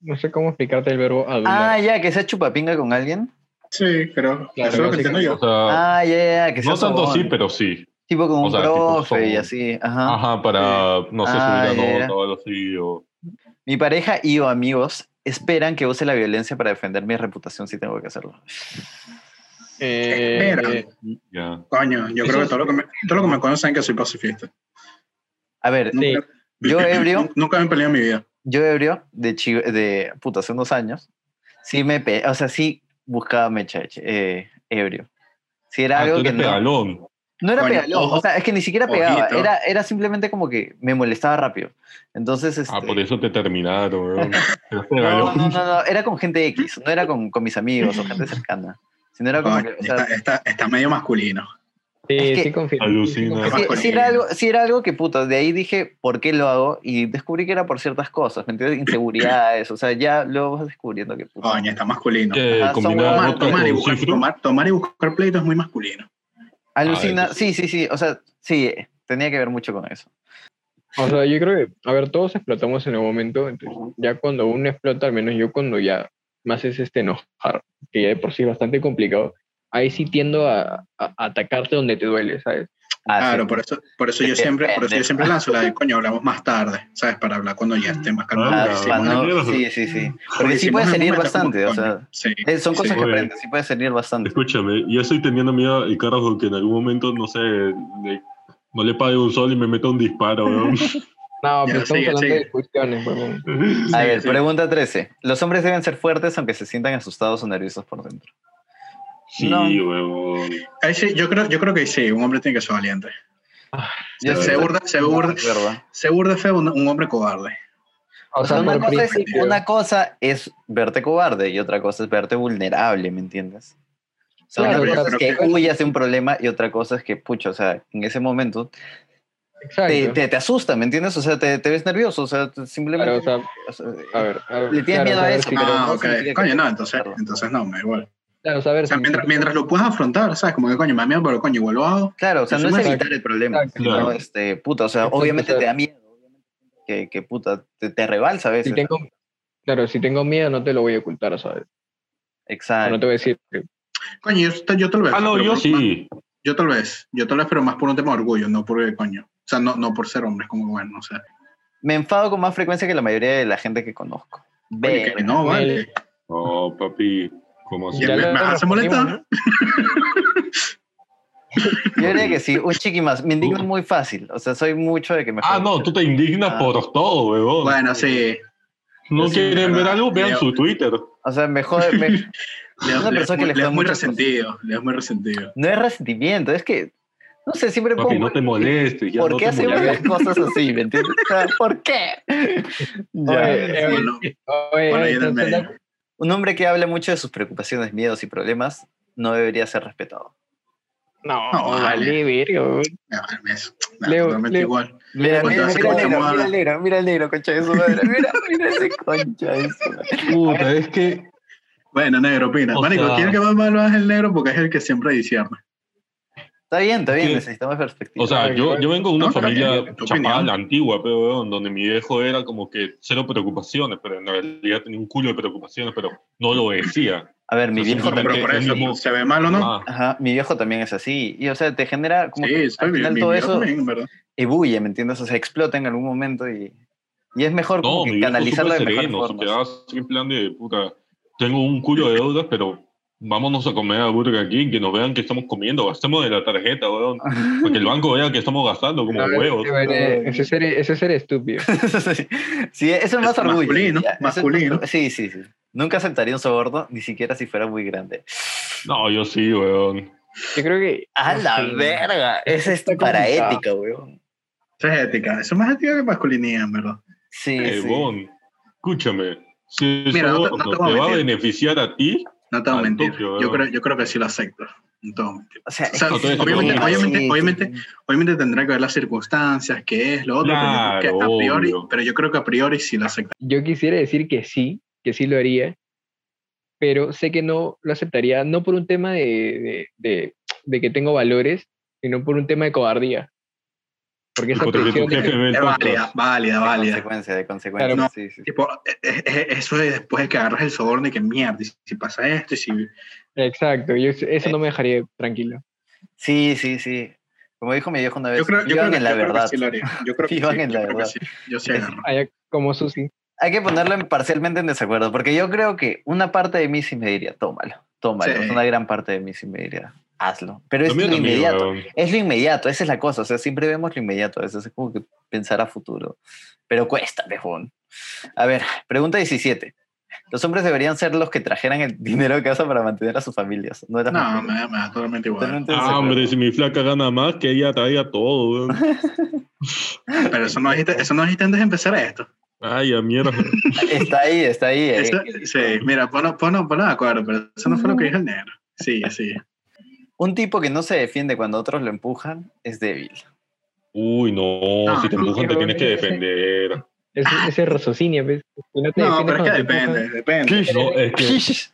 [SPEAKER 2] no sé cómo explicarte el verbo adular.
[SPEAKER 3] Ah, ya, que sea chupapinga con alguien.
[SPEAKER 1] Sí, pero
[SPEAKER 2] Claro,
[SPEAKER 1] eso es lo que entiendo
[SPEAKER 4] O
[SPEAKER 1] yo.
[SPEAKER 4] sea,
[SPEAKER 3] Ah, ya, ya, que sea
[SPEAKER 4] no tanto
[SPEAKER 3] sobón.
[SPEAKER 4] sí, pero sí.
[SPEAKER 3] Tipo con
[SPEAKER 4] O
[SPEAKER 3] un
[SPEAKER 4] sea, tipo
[SPEAKER 3] profe y
[SPEAKER 4] sobón.
[SPEAKER 3] así. Ajá.
[SPEAKER 4] Ajá, para, no sé,
[SPEAKER 3] Ah,
[SPEAKER 4] subir
[SPEAKER 3] ya, ya.
[SPEAKER 4] la nota o algo así. O...
[SPEAKER 3] Mi pareja y o amigos esperan que use la violencia para defender mi reputación si tengo que hacerlo.
[SPEAKER 2] Eh,
[SPEAKER 1] Espera.
[SPEAKER 2] eh,
[SPEAKER 4] Ya.
[SPEAKER 1] Coño, yo
[SPEAKER 2] Eso
[SPEAKER 1] creo que
[SPEAKER 2] es-
[SPEAKER 1] todos los que, me, todo lo que me conocen saben que soy pacifista.
[SPEAKER 3] A ver,
[SPEAKER 2] Sí.
[SPEAKER 1] Nunca-
[SPEAKER 3] yo ebrio,
[SPEAKER 1] Nunca me he peleado en mi vida.
[SPEAKER 3] yo ebrio de, chi- de puta, hace unos años, sí me, pe- o sea, sí buscaba mecha eh, ebrio. Si era
[SPEAKER 4] Ah, tú
[SPEAKER 3] algo que
[SPEAKER 4] eres
[SPEAKER 3] no,
[SPEAKER 4] pegalón.
[SPEAKER 3] no era
[SPEAKER 1] Coño,
[SPEAKER 3] pegalón,
[SPEAKER 1] ojo,
[SPEAKER 3] o sea, es que ni siquiera pegaba,
[SPEAKER 1] ojito.
[SPEAKER 3] era, era simplemente como que me molestaba rápido. Entonces, este,
[SPEAKER 4] Ah, por eso te terminaron, weón. Eres
[SPEAKER 3] no,
[SPEAKER 4] pegalón.
[SPEAKER 3] no, no, no, era con gente X, no era con, con mis amigos o gente cercana, sino era como
[SPEAKER 1] Coño,
[SPEAKER 3] que, o sea,
[SPEAKER 1] está, está- está medio masculino.
[SPEAKER 2] sí,
[SPEAKER 3] Es que-
[SPEAKER 2] sí confirmo, sí
[SPEAKER 4] Alucina.
[SPEAKER 2] confirmo.
[SPEAKER 1] Es más
[SPEAKER 3] Sí, sí
[SPEAKER 1] coherente.
[SPEAKER 3] era algo, sí era algo que puta, de ahí dije, ¿por qué lo hago? Y descubrí que era por ciertas cosas, ¿me entiendes? Inseguridades, o sea, ya luego vas descubriendo que puta.
[SPEAKER 1] Coño, está masculino.
[SPEAKER 4] Eh,
[SPEAKER 3] Ajá, son
[SPEAKER 4] combinar
[SPEAKER 3] huevadas.
[SPEAKER 1] Tomar,
[SPEAKER 4] vodka
[SPEAKER 1] tomar y
[SPEAKER 4] con
[SPEAKER 1] buscar,
[SPEAKER 4] cifro.
[SPEAKER 1] tomar, tomar y buscar pleito es muy masculino.
[SPEAKER 3] Alucina,
[SPEAKER 4] Ah, eso
[SPEAKER 3] sí, sí, sí, o sea, sí, eh, tenía que ver mucho con eso.
[SPEAKER 2] O sea, yo creo que, a ver, todos explotamos en un momento, entonces, ya cuando uno explota, al menos yo cuando ya más es este enojar, que ya de por sí es bastante complicado, ahí sí tiendo a, a- a atacarte donde te duele, ¿sabes?
[SPEAKER 3] Ah,
[SPEAKER 1] claro,
[SPEAKER 3] sí.
[SPEAKER 1] por eso, por eso yo siempre, por eso yo siempre lanzo la de coño, hablamos más tarde, ¿sabes? Para hablar cuando ya esté más calmado.
[SPEAKER 3] Ah,
[SPEAKER 4] Claro,
[SPEAKER 1] Hicimos-
[SPEAKER 3] para no-
[SPEAKER 4] claro.
[SPEAKER 3] sí, sí, sí. Porque
[SPEAKER 1] hicimos
[SPEAKER 3] sí puede
[SPEAKER 1] en un
[SPEAKER 3] salir
[SPEAKER 1] momento
[SPEAKER 3] bastante,
[SPEAKER 1] como,
[SPEAKER 3] o
[SPEAKER 1] coño,
[SPEAKER 3] sea,
[SPEAKER 1] sí,
[SPEAKER 3] eh, son cosas
[SPEAKER 1] sí.
[SPEAKER 3] que
[SPEAKER 4] Oye.
[SPEAKER 3] aprendes, sí puede salir bastante.
[SPEAKER 4] Escúchame, yo estoy teniendo miedo y carajo que en algún momento, no sé, le- no le pague un sol y me meta un disparo, weón.
[SPEAKER 1] Ya,
[SPEAKER 2] No, pero estamos
[SPEAKER 1] sigue,
[SPEAKER 2] hablando
[SPEAKER 1] sigue.
[SPEAKER 2] de discusiones, huevón.
[SPEAKER 3] A
[SPEAKER 1] sí,
[SPEAKER 3] ver,
[SPEAKER 1] sí.
[SPEAKER 3] pregunta 13. Los hombres deben ser fuertes aunque se sientan asustados o nerviosos por dentro.
[SPEAKER 4] Sí,
[SPEAKER 3] No.
[SPEAKER 4] weón.
[SPEAKER 1] Ahí sí, yo creo, yo creo que sí, un hombre tiene que ser valiente.
[SPEAKER 3] Yo
[SPEAKER 1] Se
[SPEAKER 3] sí-
[SPEAKER 1] burda, se burda.
[SPEAKER 3] de acuerdo.
[SPEAKER 1] Se burda feo un, un hombre cobarde.
[SPEAKER 2] O
[SPEAKER 3] O sea, una
[SPEAKER 2] por
[SPEAKER 3] cosa, es,
[SPEAKER 2] principio.
[SPEAKER 3] una cosa es verte cobarde y otra cosa es verte vulnerable, ¿me entiendes? O sea,
[SPEAKER 2] Claro,
[SPEAKER 3] una
[SPEAKER 2] yo
[SPEAKER 3] cosa es que
[SPEAKER 1] creo que-
[SPEAKER 3] huyas de un problema y otra cosa es que, pucha, o sea, en ese momento
[SPEAKER 2] Exacto.
[SPEAKER 3] te, te, te asusta, ¿me entiendes? O sea, te, te ves nervioso, o sea, tú
[SPEAKER 2] Claro,
[SPEAKER 3] simplemente...
[SPEAKER 2] o sea,
[SPEAKER 3] o sea,
[SPEAKER 2] a ver, a ver,
[SPEAKER 3] Le
[SPEAKER 2] claro,
[SPEAKER 3] tienes miedo
[SPEAKER 2] o sea,
[SPEAKER 3] a
[SPEAKER 2] ver
[SPEAKER 3] eso,
[SPEAKER 2] si-
[SPEAKER 3] pero-
[SPEAKER 1] ah,
[SPEAKER 3] no
[SPEAKER 1] ok.
[SPEAKER 3] significa que-
[SPEAKER 1] Coño, no, entonces,
[SPEAKER 3] Claro.
[SPEAKER 1] entonces no, me igual.
[SPEAKER 2] claro, o sea, a ver
[SPEAKER 1] O sea,
[SPEAKER 2] si-
[SPEAKER 1] mientras, mientras lo puedas afrontar, ¿sabes? Como que coño, me da miedo, pero coño, igual lo hago.
[SPEAKER 3] Claro, o sea, no es
[SPEAKER 1] Exacto.
[SPEAKER 3] evitar el problema,
[SPEAKER 2] Exacto.
[SPEAKER 3] sino,
[SPEAKER 4] Claro.
[SPEAKER 3] este, puta, o sea,
[SPEAKER 2] Exacto, o
[SPEAKER 3] obviamente
[SPEAKER 2] sea,
[SPEAKER 3] te da miedo, obviamente que, que puta, te, te rebalsa a
[SPEAKER 2] si
[SPEAKER 3] veces.
[SPEAKER 2] tengo, claro, si tengo miedo no te lo voy a ocultar, ¿sabes? O
[SPEAKER 3] Exacto.
[SPEAKER 2] No te voy a decir que
[SPEAKER 1] Coño, yo, yo tal vez.
[SPEAKER 4] Ah, no,
[SPEAKER 1] pero
[SPEAKER 4] yo
[SPEAKER 1] por- más-
[SPEAKER 4] sí.
[SPEAKER 1] Yo tal vez, yo tal vez, pero más por un tema de orgullo, no por coño. O sea, no, no por ser hombre, es como que, bueno, o sea.
[SPEAKER 3] Me enfado con más frecuencia que la mayoría de la gente que conozco.
[SPEAKER 1] Oye,
[SPEAKER 3] Verga.
[SPEAKER 1] que no, vale.
[SPEAKER 4] No, papi, ¿cómo así?
[SPEAKER 1] Ya me-
[SPEAKER 2] lo
[SPEAKER 1] me hace molestar.
[SPEAKER 2] respondimos,
[SPEAKER 3] Yo diría que sí, un chiqui más. Me indigno
[SPEAKER 4] Uh.
[SPEAKER 3] muy fácil. O sea, soy mucho de que me.
[SPEAKER 4] Ah, no, tú te indignas
[SPEAKER 3] Ah.
[SPEAKER 4] por todo, weón.
[SPEAKER 1] Bueno, sí.
[SPEAKER 4] no
[SPEAKER 1] sí,
[SPEAKER 4] quieren
[SPEAKER 1] verdad.
[SPEAKER 4] ver algo, vean
[SPEAKER 1] Leo-
[SPEAKER 4] su Twitter.
[SPEAKER 3] O sea, me jode. me-
[SPEAKER 1] Leo, Leo
[SPEAKER 3] Una
[SPEAKER 1] es
[SPEAKER 3] persona que
[SPEAKER 1] muy, Leo
[SPEAKER 3] le fue
[SPEAKER 1] es muy
[SPEAKER 3] muchas
[SPEAKER 1] resentido, Leo es muy resentido.
[SPEAKER 3] no es resentimiento, es que. No sé, siempre
[SPEAKER 4] Papi,
[SPEAKER 3] pongo-
[SPEAKER 4] no te molestes. Ya
[SPEAKER 3] ¿Por
[SPEAKER 4] no
[SPEAKER 3] qué
[SPEAKER 4] te
[SPEAKER 3] hacemos
[SPEAKER 4] molestes.
[SPEAKER 3] las cosas así? ¿Me entiendes? O sea, ¿Por qué? Ya.
[SPEAKER 2] Oye, eh,
[SPEAKER 1] Bueno,
[SPEAKER 2] oye,
[SPEAKER 1] bueno,
[SPEAKER 2] oye,
[SPEAKER 1] ahí en el
[SPEAKER 2] entonces,
[SPEAKER 1] medio.
[SPEAKER 3] Un hombre que habla mucho de sus preocupaciones, miedos y problemas no debería ser respetado.
[SPEAKER 2] No,
[SPEAKER 1] No, vale.
[SPEAKER 2] vale, verga, weón.
[SPEAKER 1] Ya, vale, Ah, eso. No,
[SPEAKER 2] Leo,
[SPEAKER 1] totalmente
[SPEAKER 2] Leo.
[SPEAKER 1] igual.
[SPEAKER 3] Mira,
[SPEAKER 1] Cuando
[SPEAKER 3] mira,
[SPEAKER 1] hace
[SPEAKER 3] mira el
[SPEAKER 1] mucho
[SPEAKER 3] negro,
[SPEAKER 1] moda.
[SPEAKER 3] mira el negro, mira el negro, concha de su madre. Mira, mira ese concha de su madre.
[SPEAKER 4] Puta, es que
[SPEAKER 1] Bueno, negro, opina.
[SPEAKER 4] O
[SPEAKER 1] Marico,
[SPEAKER 4] sea-
[SPEAKER 1] ¿quién es el que más malo es el negro? Porque es el que siempre discierne.
[SPEAKER 3] Está bien, está bien,
[SPEAKER 4] Sí.
[SPEAKER 3] necesitamos perspectiva.
[SPEAKER 4] O sea, yo, yo vengo de una
[SPEAKER 1] No,
[SPEAKER 4] familia
[SPEAKER 1] también, en tu
[SPEAKER 4] chapada a la
[SPEAKER 1] opinión.
[SPEAKER 4] antigua, pero weón, donde mi viejo era como que cero preocupaciones, pero en realidad tenía un culo de preocupaciones, pero no lo decía.
[SPEAKER 3] a ver, mi
[SPEAKER 4] Sí,
[SPEAKER 3] viejo
[SPEAKER 4] sí,
[SPEAKER 3] también.
[SPEAKER 4] porque
[SPEAKER 1] Pero por
[SPEAKER 4] es
[SPEAKER 1] eso,
[SPEAKER 4] mismo-
[SPEAKER 1] ¿se ve mal o no?
[SPEAKER 4] Ah,
[SPEAKER 3] Ajá, mi viejo también es así. Y o sea, te genera como que
[SPEAKER 1] sí, soy
[SPEAKER 3] al
[SPEAKER 1] mi,
[SPEAKER 3] final
[SPEAKER 1] mi
[SPEAKER 3] todo
[SPEAKER 1] viejo
[SPEAKER 3] eso
[SPEAKER 1] también, en ¿verdad?
[SPEAKER 3] ebulle, ¿me entiendes? O sea, explota en algún momento y, y es mejor
[SPEAKER 4] no,
[SPEAKER 3] como
[SPEAKER 4] mi
[SPEAKER 3] que
[SPEAKER 4] viejo
[SPEAKER 3] canalizarlo
[SPEAKER 4] súper
[SPEAKER 3] de mejor
[SPEAKER 4] sereno, se
[SPEAKER 3] forma.
[SPEAKER 4] quedaba así en plan de, puta, tengo un culo de deudas, pero vámonos a comer a Burger aquí, que nos vean que estamos comiendo, gastemos de la tarjeta, weón, para que el banco vea que estamos gastando como
[SPEAKER 2] A ver,
[SPEAKER 4] huevos.
[SPEAKER 2] a ver, eh, ese ser, ese ser estúpido.
[SPEAKER 3] sí, sí, eso es más
[SPEAKER 1] Es
[SPEAKER 3] orgullo.
[SPEAKER 1] masculino,
[SPEAKER 3] ya, eso es más-
[SPEAKER 1] masculino.
[SPEAKER 3] sí, sí, sí. Nunca aceptaría un soborno, ni siquiera si fuera muy grande.
[SPEAKER 4] No, yo sí, weón.
[SPEAKER 2] Yo creo que.
[SPEAKER 3] ¡A
[SPEAKER 2] no
[SPEAKER 3] la
[SPEAKER 2] sé,
[SPEAKER 3] verga! Esa es
[SPEAKER 2] Está
[SPEAKER 3] tu paraética,
[SPEAKER 2] complicado.
[SPEAKER 3] weón.
[SPEAKER 1] Eso es ética. Eso es más ética que masculinidad, en ¿verdad?
[SPEAKER 3] Sí,
[SPEAKER 4] Eh,
[SPEAKER 3] sí.
[SPEAKER 4] bon, escúchame, si eso
[SPEAKER 1] Mira, no te- no te voy a
[SPEAKER 4] te va a
[SPEAKER 1] mentir.
[SPEAKER 4] beneficiar a ti,
[SPEAKER 1] No te voy a
[SPEAKER 4] Al
[SPEAKER 1] mentir.
[SPEAKER 4] toque, weón.
[SPEAKER 1] yo, creo, yo creo que sí lo acepto. No te voy a mentir.
[SPEAKER 3] O sea,
[SPEAKER 1] O sea,
[SPEAKER 3] es que sí,
[SPEAKER 4] obviamente-
[SPEAKER 3] sí,
[SPEAKER 1] obviamente-
[SPEAKER 3] sí,
[SPEAKER 1] obviamente-
[SPEAKER 3] sí.
[SPEAKER 1] Obviamente tendrá que ver las circunstancias, qué es, lo otro,
[SPEAKER 4] Claro,
[SPEAKER 1] pero, yo creo que a priori,
[SPEAKER 4] obvio.
[SPEAKER 1] pero yo creo que a priori sí lo acepto.
[SPEAKER 2] Yo quisiera decir que sí, que sí lo haría, pero sé que no lo aceptaría, no por un tema de, de, de- de que tengo valores, sino por un tema de cobardía. Porque esa
[SPEAKER 4] porque tu
[SPEAKER 2] presión. de
[SPEAKER 4] jefe
[SPEAKER 2] que-
[SPEAKER 4] ve el
[SPEAKER 1] Es válida,
[SPEAKER 4] podcast.
[SPEAKER 1] válida,
[SPEAKER 3] De
[SPEAKER 1] válida.
[SPEAKER 3] consecuencia, de consecuencia.
[SPEAKER 1] Claro.
[SPEAKER 3] sí, sí.
[SPEAKER 1] Tipo, eh, eh, eh, eso es después de que agarras el soborno y que mierda, y si pasa esto, y si...
[SPEAKER 3] Pues,
[SPEAKER 2] Exacto, yo, eso no me dejaría tranquilo.
[SPEAKER 3] Sí, sí, sí. Como dijo mi viejo una vez,
[SPEAKER 1] Yo creo, yo
[SPEAKER 3] vivan
[SPEAKER 1] creo que,
[SPEAKER 3] en la
[SPEAKER 1] yo creo que
[SPEAKER 3] verdad.
[SPEAKER 1] sí lo haría. Yo creo que sí,
[SPEAKER 3] Vivan en
[SPEAKER 1] yo
[SPEAKER 3] la
[SPEAKER 1] creo que
[SPEAKER 3] verdad.
[SPEAKER 1] sí. Yo sí
[SPEAKER 3] Es-
[SPEAKER 1] agarro.
[SPEAKER 2] Allá como Susi.
[SPEAKER 3] Hay que ponerlo en- parcialmente en desacuerdo, porque yo creo que una parte de mí sí me diría, tómalo, tómalo.
[SPEAKER 1] Sí.
[SPEAKER 3] Una gran parte de mí sí me diría, hazlo. Pero es
[SPEAKER 4] Lo mío
[SPEAKER 3] lo
[SPEAKER 4] también,
[SPEAKER 3] inmediato.
[SPEAKER 4] weón.
[SPEAKER 3] Es lo inmediato, esa es la cosa. O sea, siempre vemos lo inmediato. A veces es como que pensar a futuro. Pero cuesta, pejón. A ver, pregunta 17. Los hombres deberían ser los que trajeran el dinero de casa para mantener a sus familias. No era
[SPEAKER 1] No, me, da- me da totalmente igual.
[SPEAKER 3] Totalmente
[SPEAKER 4] Ah, hombre, si
[SPEAKER 3] desacuerdo.
[SPEAKER 4] mi flaca gana más, que ella traiga todo, weón.
[SPEAKER 1] Pero eso no dijiste, eso no dijiste antes de empezar esto.
[SPEAKER 4] Ay, a mierda.
[SPEAKER 3] Está ahí, está ahí. eh.
[SPEAKER 1] Eso- sí, mira, ponlo, ponlo, ponlo de acuerdo, pero eso no fue lo que dijo el negro. Sí,
[SPEAKER 3] Ah.
[SPEAKER 1] sí.
[SPEAKER 3] Un tipo que no se defiende cuando otros lo empujan es débil.
[SPEAKER 4] Uy, no,
[SPEAKER 1] No,
[SPEAKER 4] si te
[SPEAKER 1] no,
[SPEAKER 4] empujan te
[SPEAKER 2] pero
[SPEAKER 4] tienes que
[SPEAKER 2] es que-
[SPEAKER 4] defender.
[SPEAKER 2] Ese, ese raciocinio, ¿ves? Si no te
[SPEAKER 1] No,
[SPEAKER 2] defiendes
[SPEAKER 1] pero es que
[SPEAKER 2] cuando te empujan-
[SPEAKER 1] depende, depende.
[SPEAKER 4] No, es que,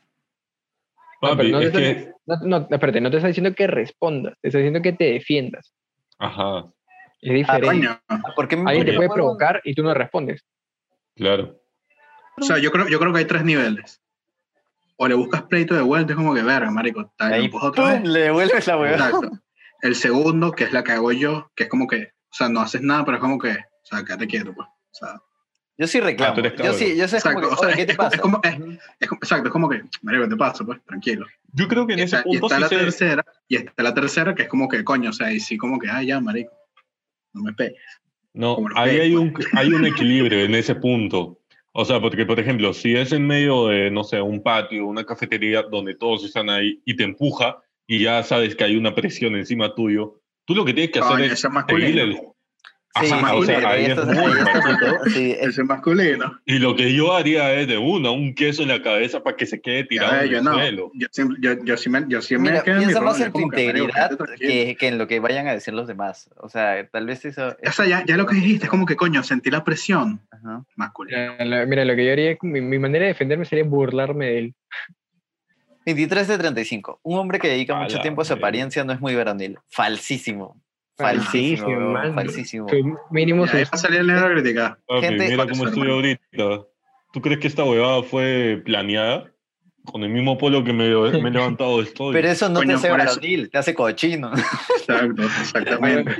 [SPEAKER 1] Ah,
[SPEAKER 2] No, pero
[SPEAKER 4] papi,
[SPEAKER 2] no te
[SPEAKER 4] es que,
[SPEAKER 2] está- no, no, espérate, no te está diciendo que respondas, te está diciendo que te defiendas.
[SPEAKER 4] ajá,
[SPEAKER 2] Es diferente.
[SPEAKER 1] Ah, Coño.
[SPEAKER 3] ¿Por qué me
[SPEAKER 2] Alguien te
[SPEAKER 4] Oye.
[SPEAKER 2] puede
[SPEAKER 3] porque-
[SPEAKER 2] provocar y tú no respondes.
[SPEAKER 4] claro.
[SPEAKER 1] O sea, yo creo, yo creo que hay tres niveles. O le buscas pleito de vuelta, es como que verga, marico, tal,
[SPEAKER 3] Ahí,
[SPEAKER 1] empujo otra vez.
[SPEAKER 3] ¡pum! le devuelves la huevada.
[SPEAKER 1] Exacto. El segundo, que es la que hago yo, que es como que, o sea, no haces nada, pero es como que, o sea, quédate quieto, pues. O sea,
[SPEAKER 3] Yo sí
[SPEAKER 4] Ah,
[SPEAKER 3] reclamo.
[SPEAKER 4] tú eres
[SPEAKER 3] yo
[SPEAKER 4] cabrón.
[SPEAKER 3] sí, yo sé como que,
[SPEAKER 1] Exacto, o sea,
[SPEAKER 3] "Oye, ¿qué
[SPEAKER 1] es-
[SPEAKER 3] te
[SPEAKER 1] es como-
[SPEAKER 3] pasa?
[SPEAKER 1] es como- es como- exacto, es como que, marico, te paso, pues, tranquilo.
[SPEAKER 4] Yo creo que en
[SPEAKER 1] Y
[SPEAKER 4] ese
[SPEAKER 1] está, y
[SPEAKER 4] punto
[SPEAKER 1] está
[SPEAKER 4] sí
[SPEAKER 1] la
[SPEAKER 4] se...
[SPEAKER 1] tercera, y está la tercera, que es como que, coño, o sea, y sí como que, ah, ya, marico, no me pegues.
[SPEAKER 4] No,
[SPEAKER 1] Como los
[SPEAKER 4] ahí
[SPEAKER 1] gays,
[SPEAKER 4] hay un, hay un equilibrio en ese punto. O sea, porque, por ejemplo, si es en medio de, no sé, un patio, una cafetería donde todos están ahí y te empuja y ya sabes que hay una presión encima tuyo, tú lo que tienes que hacer
[SPEAKER 1] Coño,
[SPEAKER 4] es
[SPEAKER 1] ese es
[SPEAKER 4] seguir
[SPEAKER 1] masculino.
[SPEAKER 4] el...
[SPEAKER 3] Sí,
[SPEAKER 4] Ajá,
[SPEAKER 1] sí,
[SPEAKER 4] o sea,
[SPEAKER 1] pero
[SPEAKER 4] ahí
[SPEAKER 3] ya
[SPEAKER 4] es
[SPEAKER 3] estás-
[SPEAKER 4] muy
[SPEAKER 3] ya estás-
[SPEAKER 4] macho.
[SPEAKER 3] sí, es-
[SPEAKER 1] Ese es masculino.
[SPEAKER 4] Y lo que yo haría es de una, un queso en la cabeza para que se quede
[SPEAKER 1] Ya,
[SPEAKER 4] tirado en
[SPEAKER 1] yo
[SPEAKER 4] el
[SPEAKER 1] no.
[SPEAKER 4] suelo.
[SPEAKER 1] Yo, siempre- yo, yo sí me, yo sí me
[SPEAKER 3] Mira,
[SPEAKER 1] quedo en mi
[SPEAKER 3] piensa
[SPEAKER 1] rol,
[SPEAKER 3] más
[SPEAKER 1] yo
[SPEAKER 3] en tu
[SPEAKER 1] como que, marico,
[SPEAKER 3] integridad
[SPEAKER 1] quédate tranquilo.
[SPEAKER 3] que, que en lo que vayan a decir los demás. O sea, tal vez eso.
[SPEAKER 1] O sea, ya, ya lo que dijiste es como que, coño, sentí la presión
[SPEAKER 3] Ajá.
[SPEAKER 1] masculina.
[SPEAKER 2] Mira, la- mira, lo que yo haría, es- mi, mi manera de defenderme sería burlarme de él.
[SPEAKER 3] 23 de 35. Un hombre que dedica
[SPEAKER 4] A
[SPEAKER 3] mucho
[SPEAKER 4] la
[SPEAKER 3] tiempo a su
[SPEAKER 4] verga.
[SPEAKER 3] apariencia no es muy varonil. Falsísimo.
[SPEAKER 2] Falsísimo,
[SPEAKER 3] Falsísimo. weón,
[SPEAKER 2] man.
[SPEAKER 3] falsísimo.
[SPEAKER 2] Que mínimo
[SPEAKER 1] Ahí
[SPEAKER 2] se
[SPEAKER 1] va a salir el negro a criticar.
[SPEAKER 4] Papi,
[SPEAKER 3] Gente-
[SPEAKER 4] mira cómo estoy ahorita. ¿Tú crees que esta huevada fue planeada? Con el mismo polo que me, me he levantado estoy.
[SPEAKER 3] Pero eso no te
[SPEAKER 1] Coño,
[SPEAKER 3] hace
[SPEAKER 1] por eso.
[SPEAKER 3] varonil, te hace cochino.
[SPEAKER 1] Exacto, exactamente.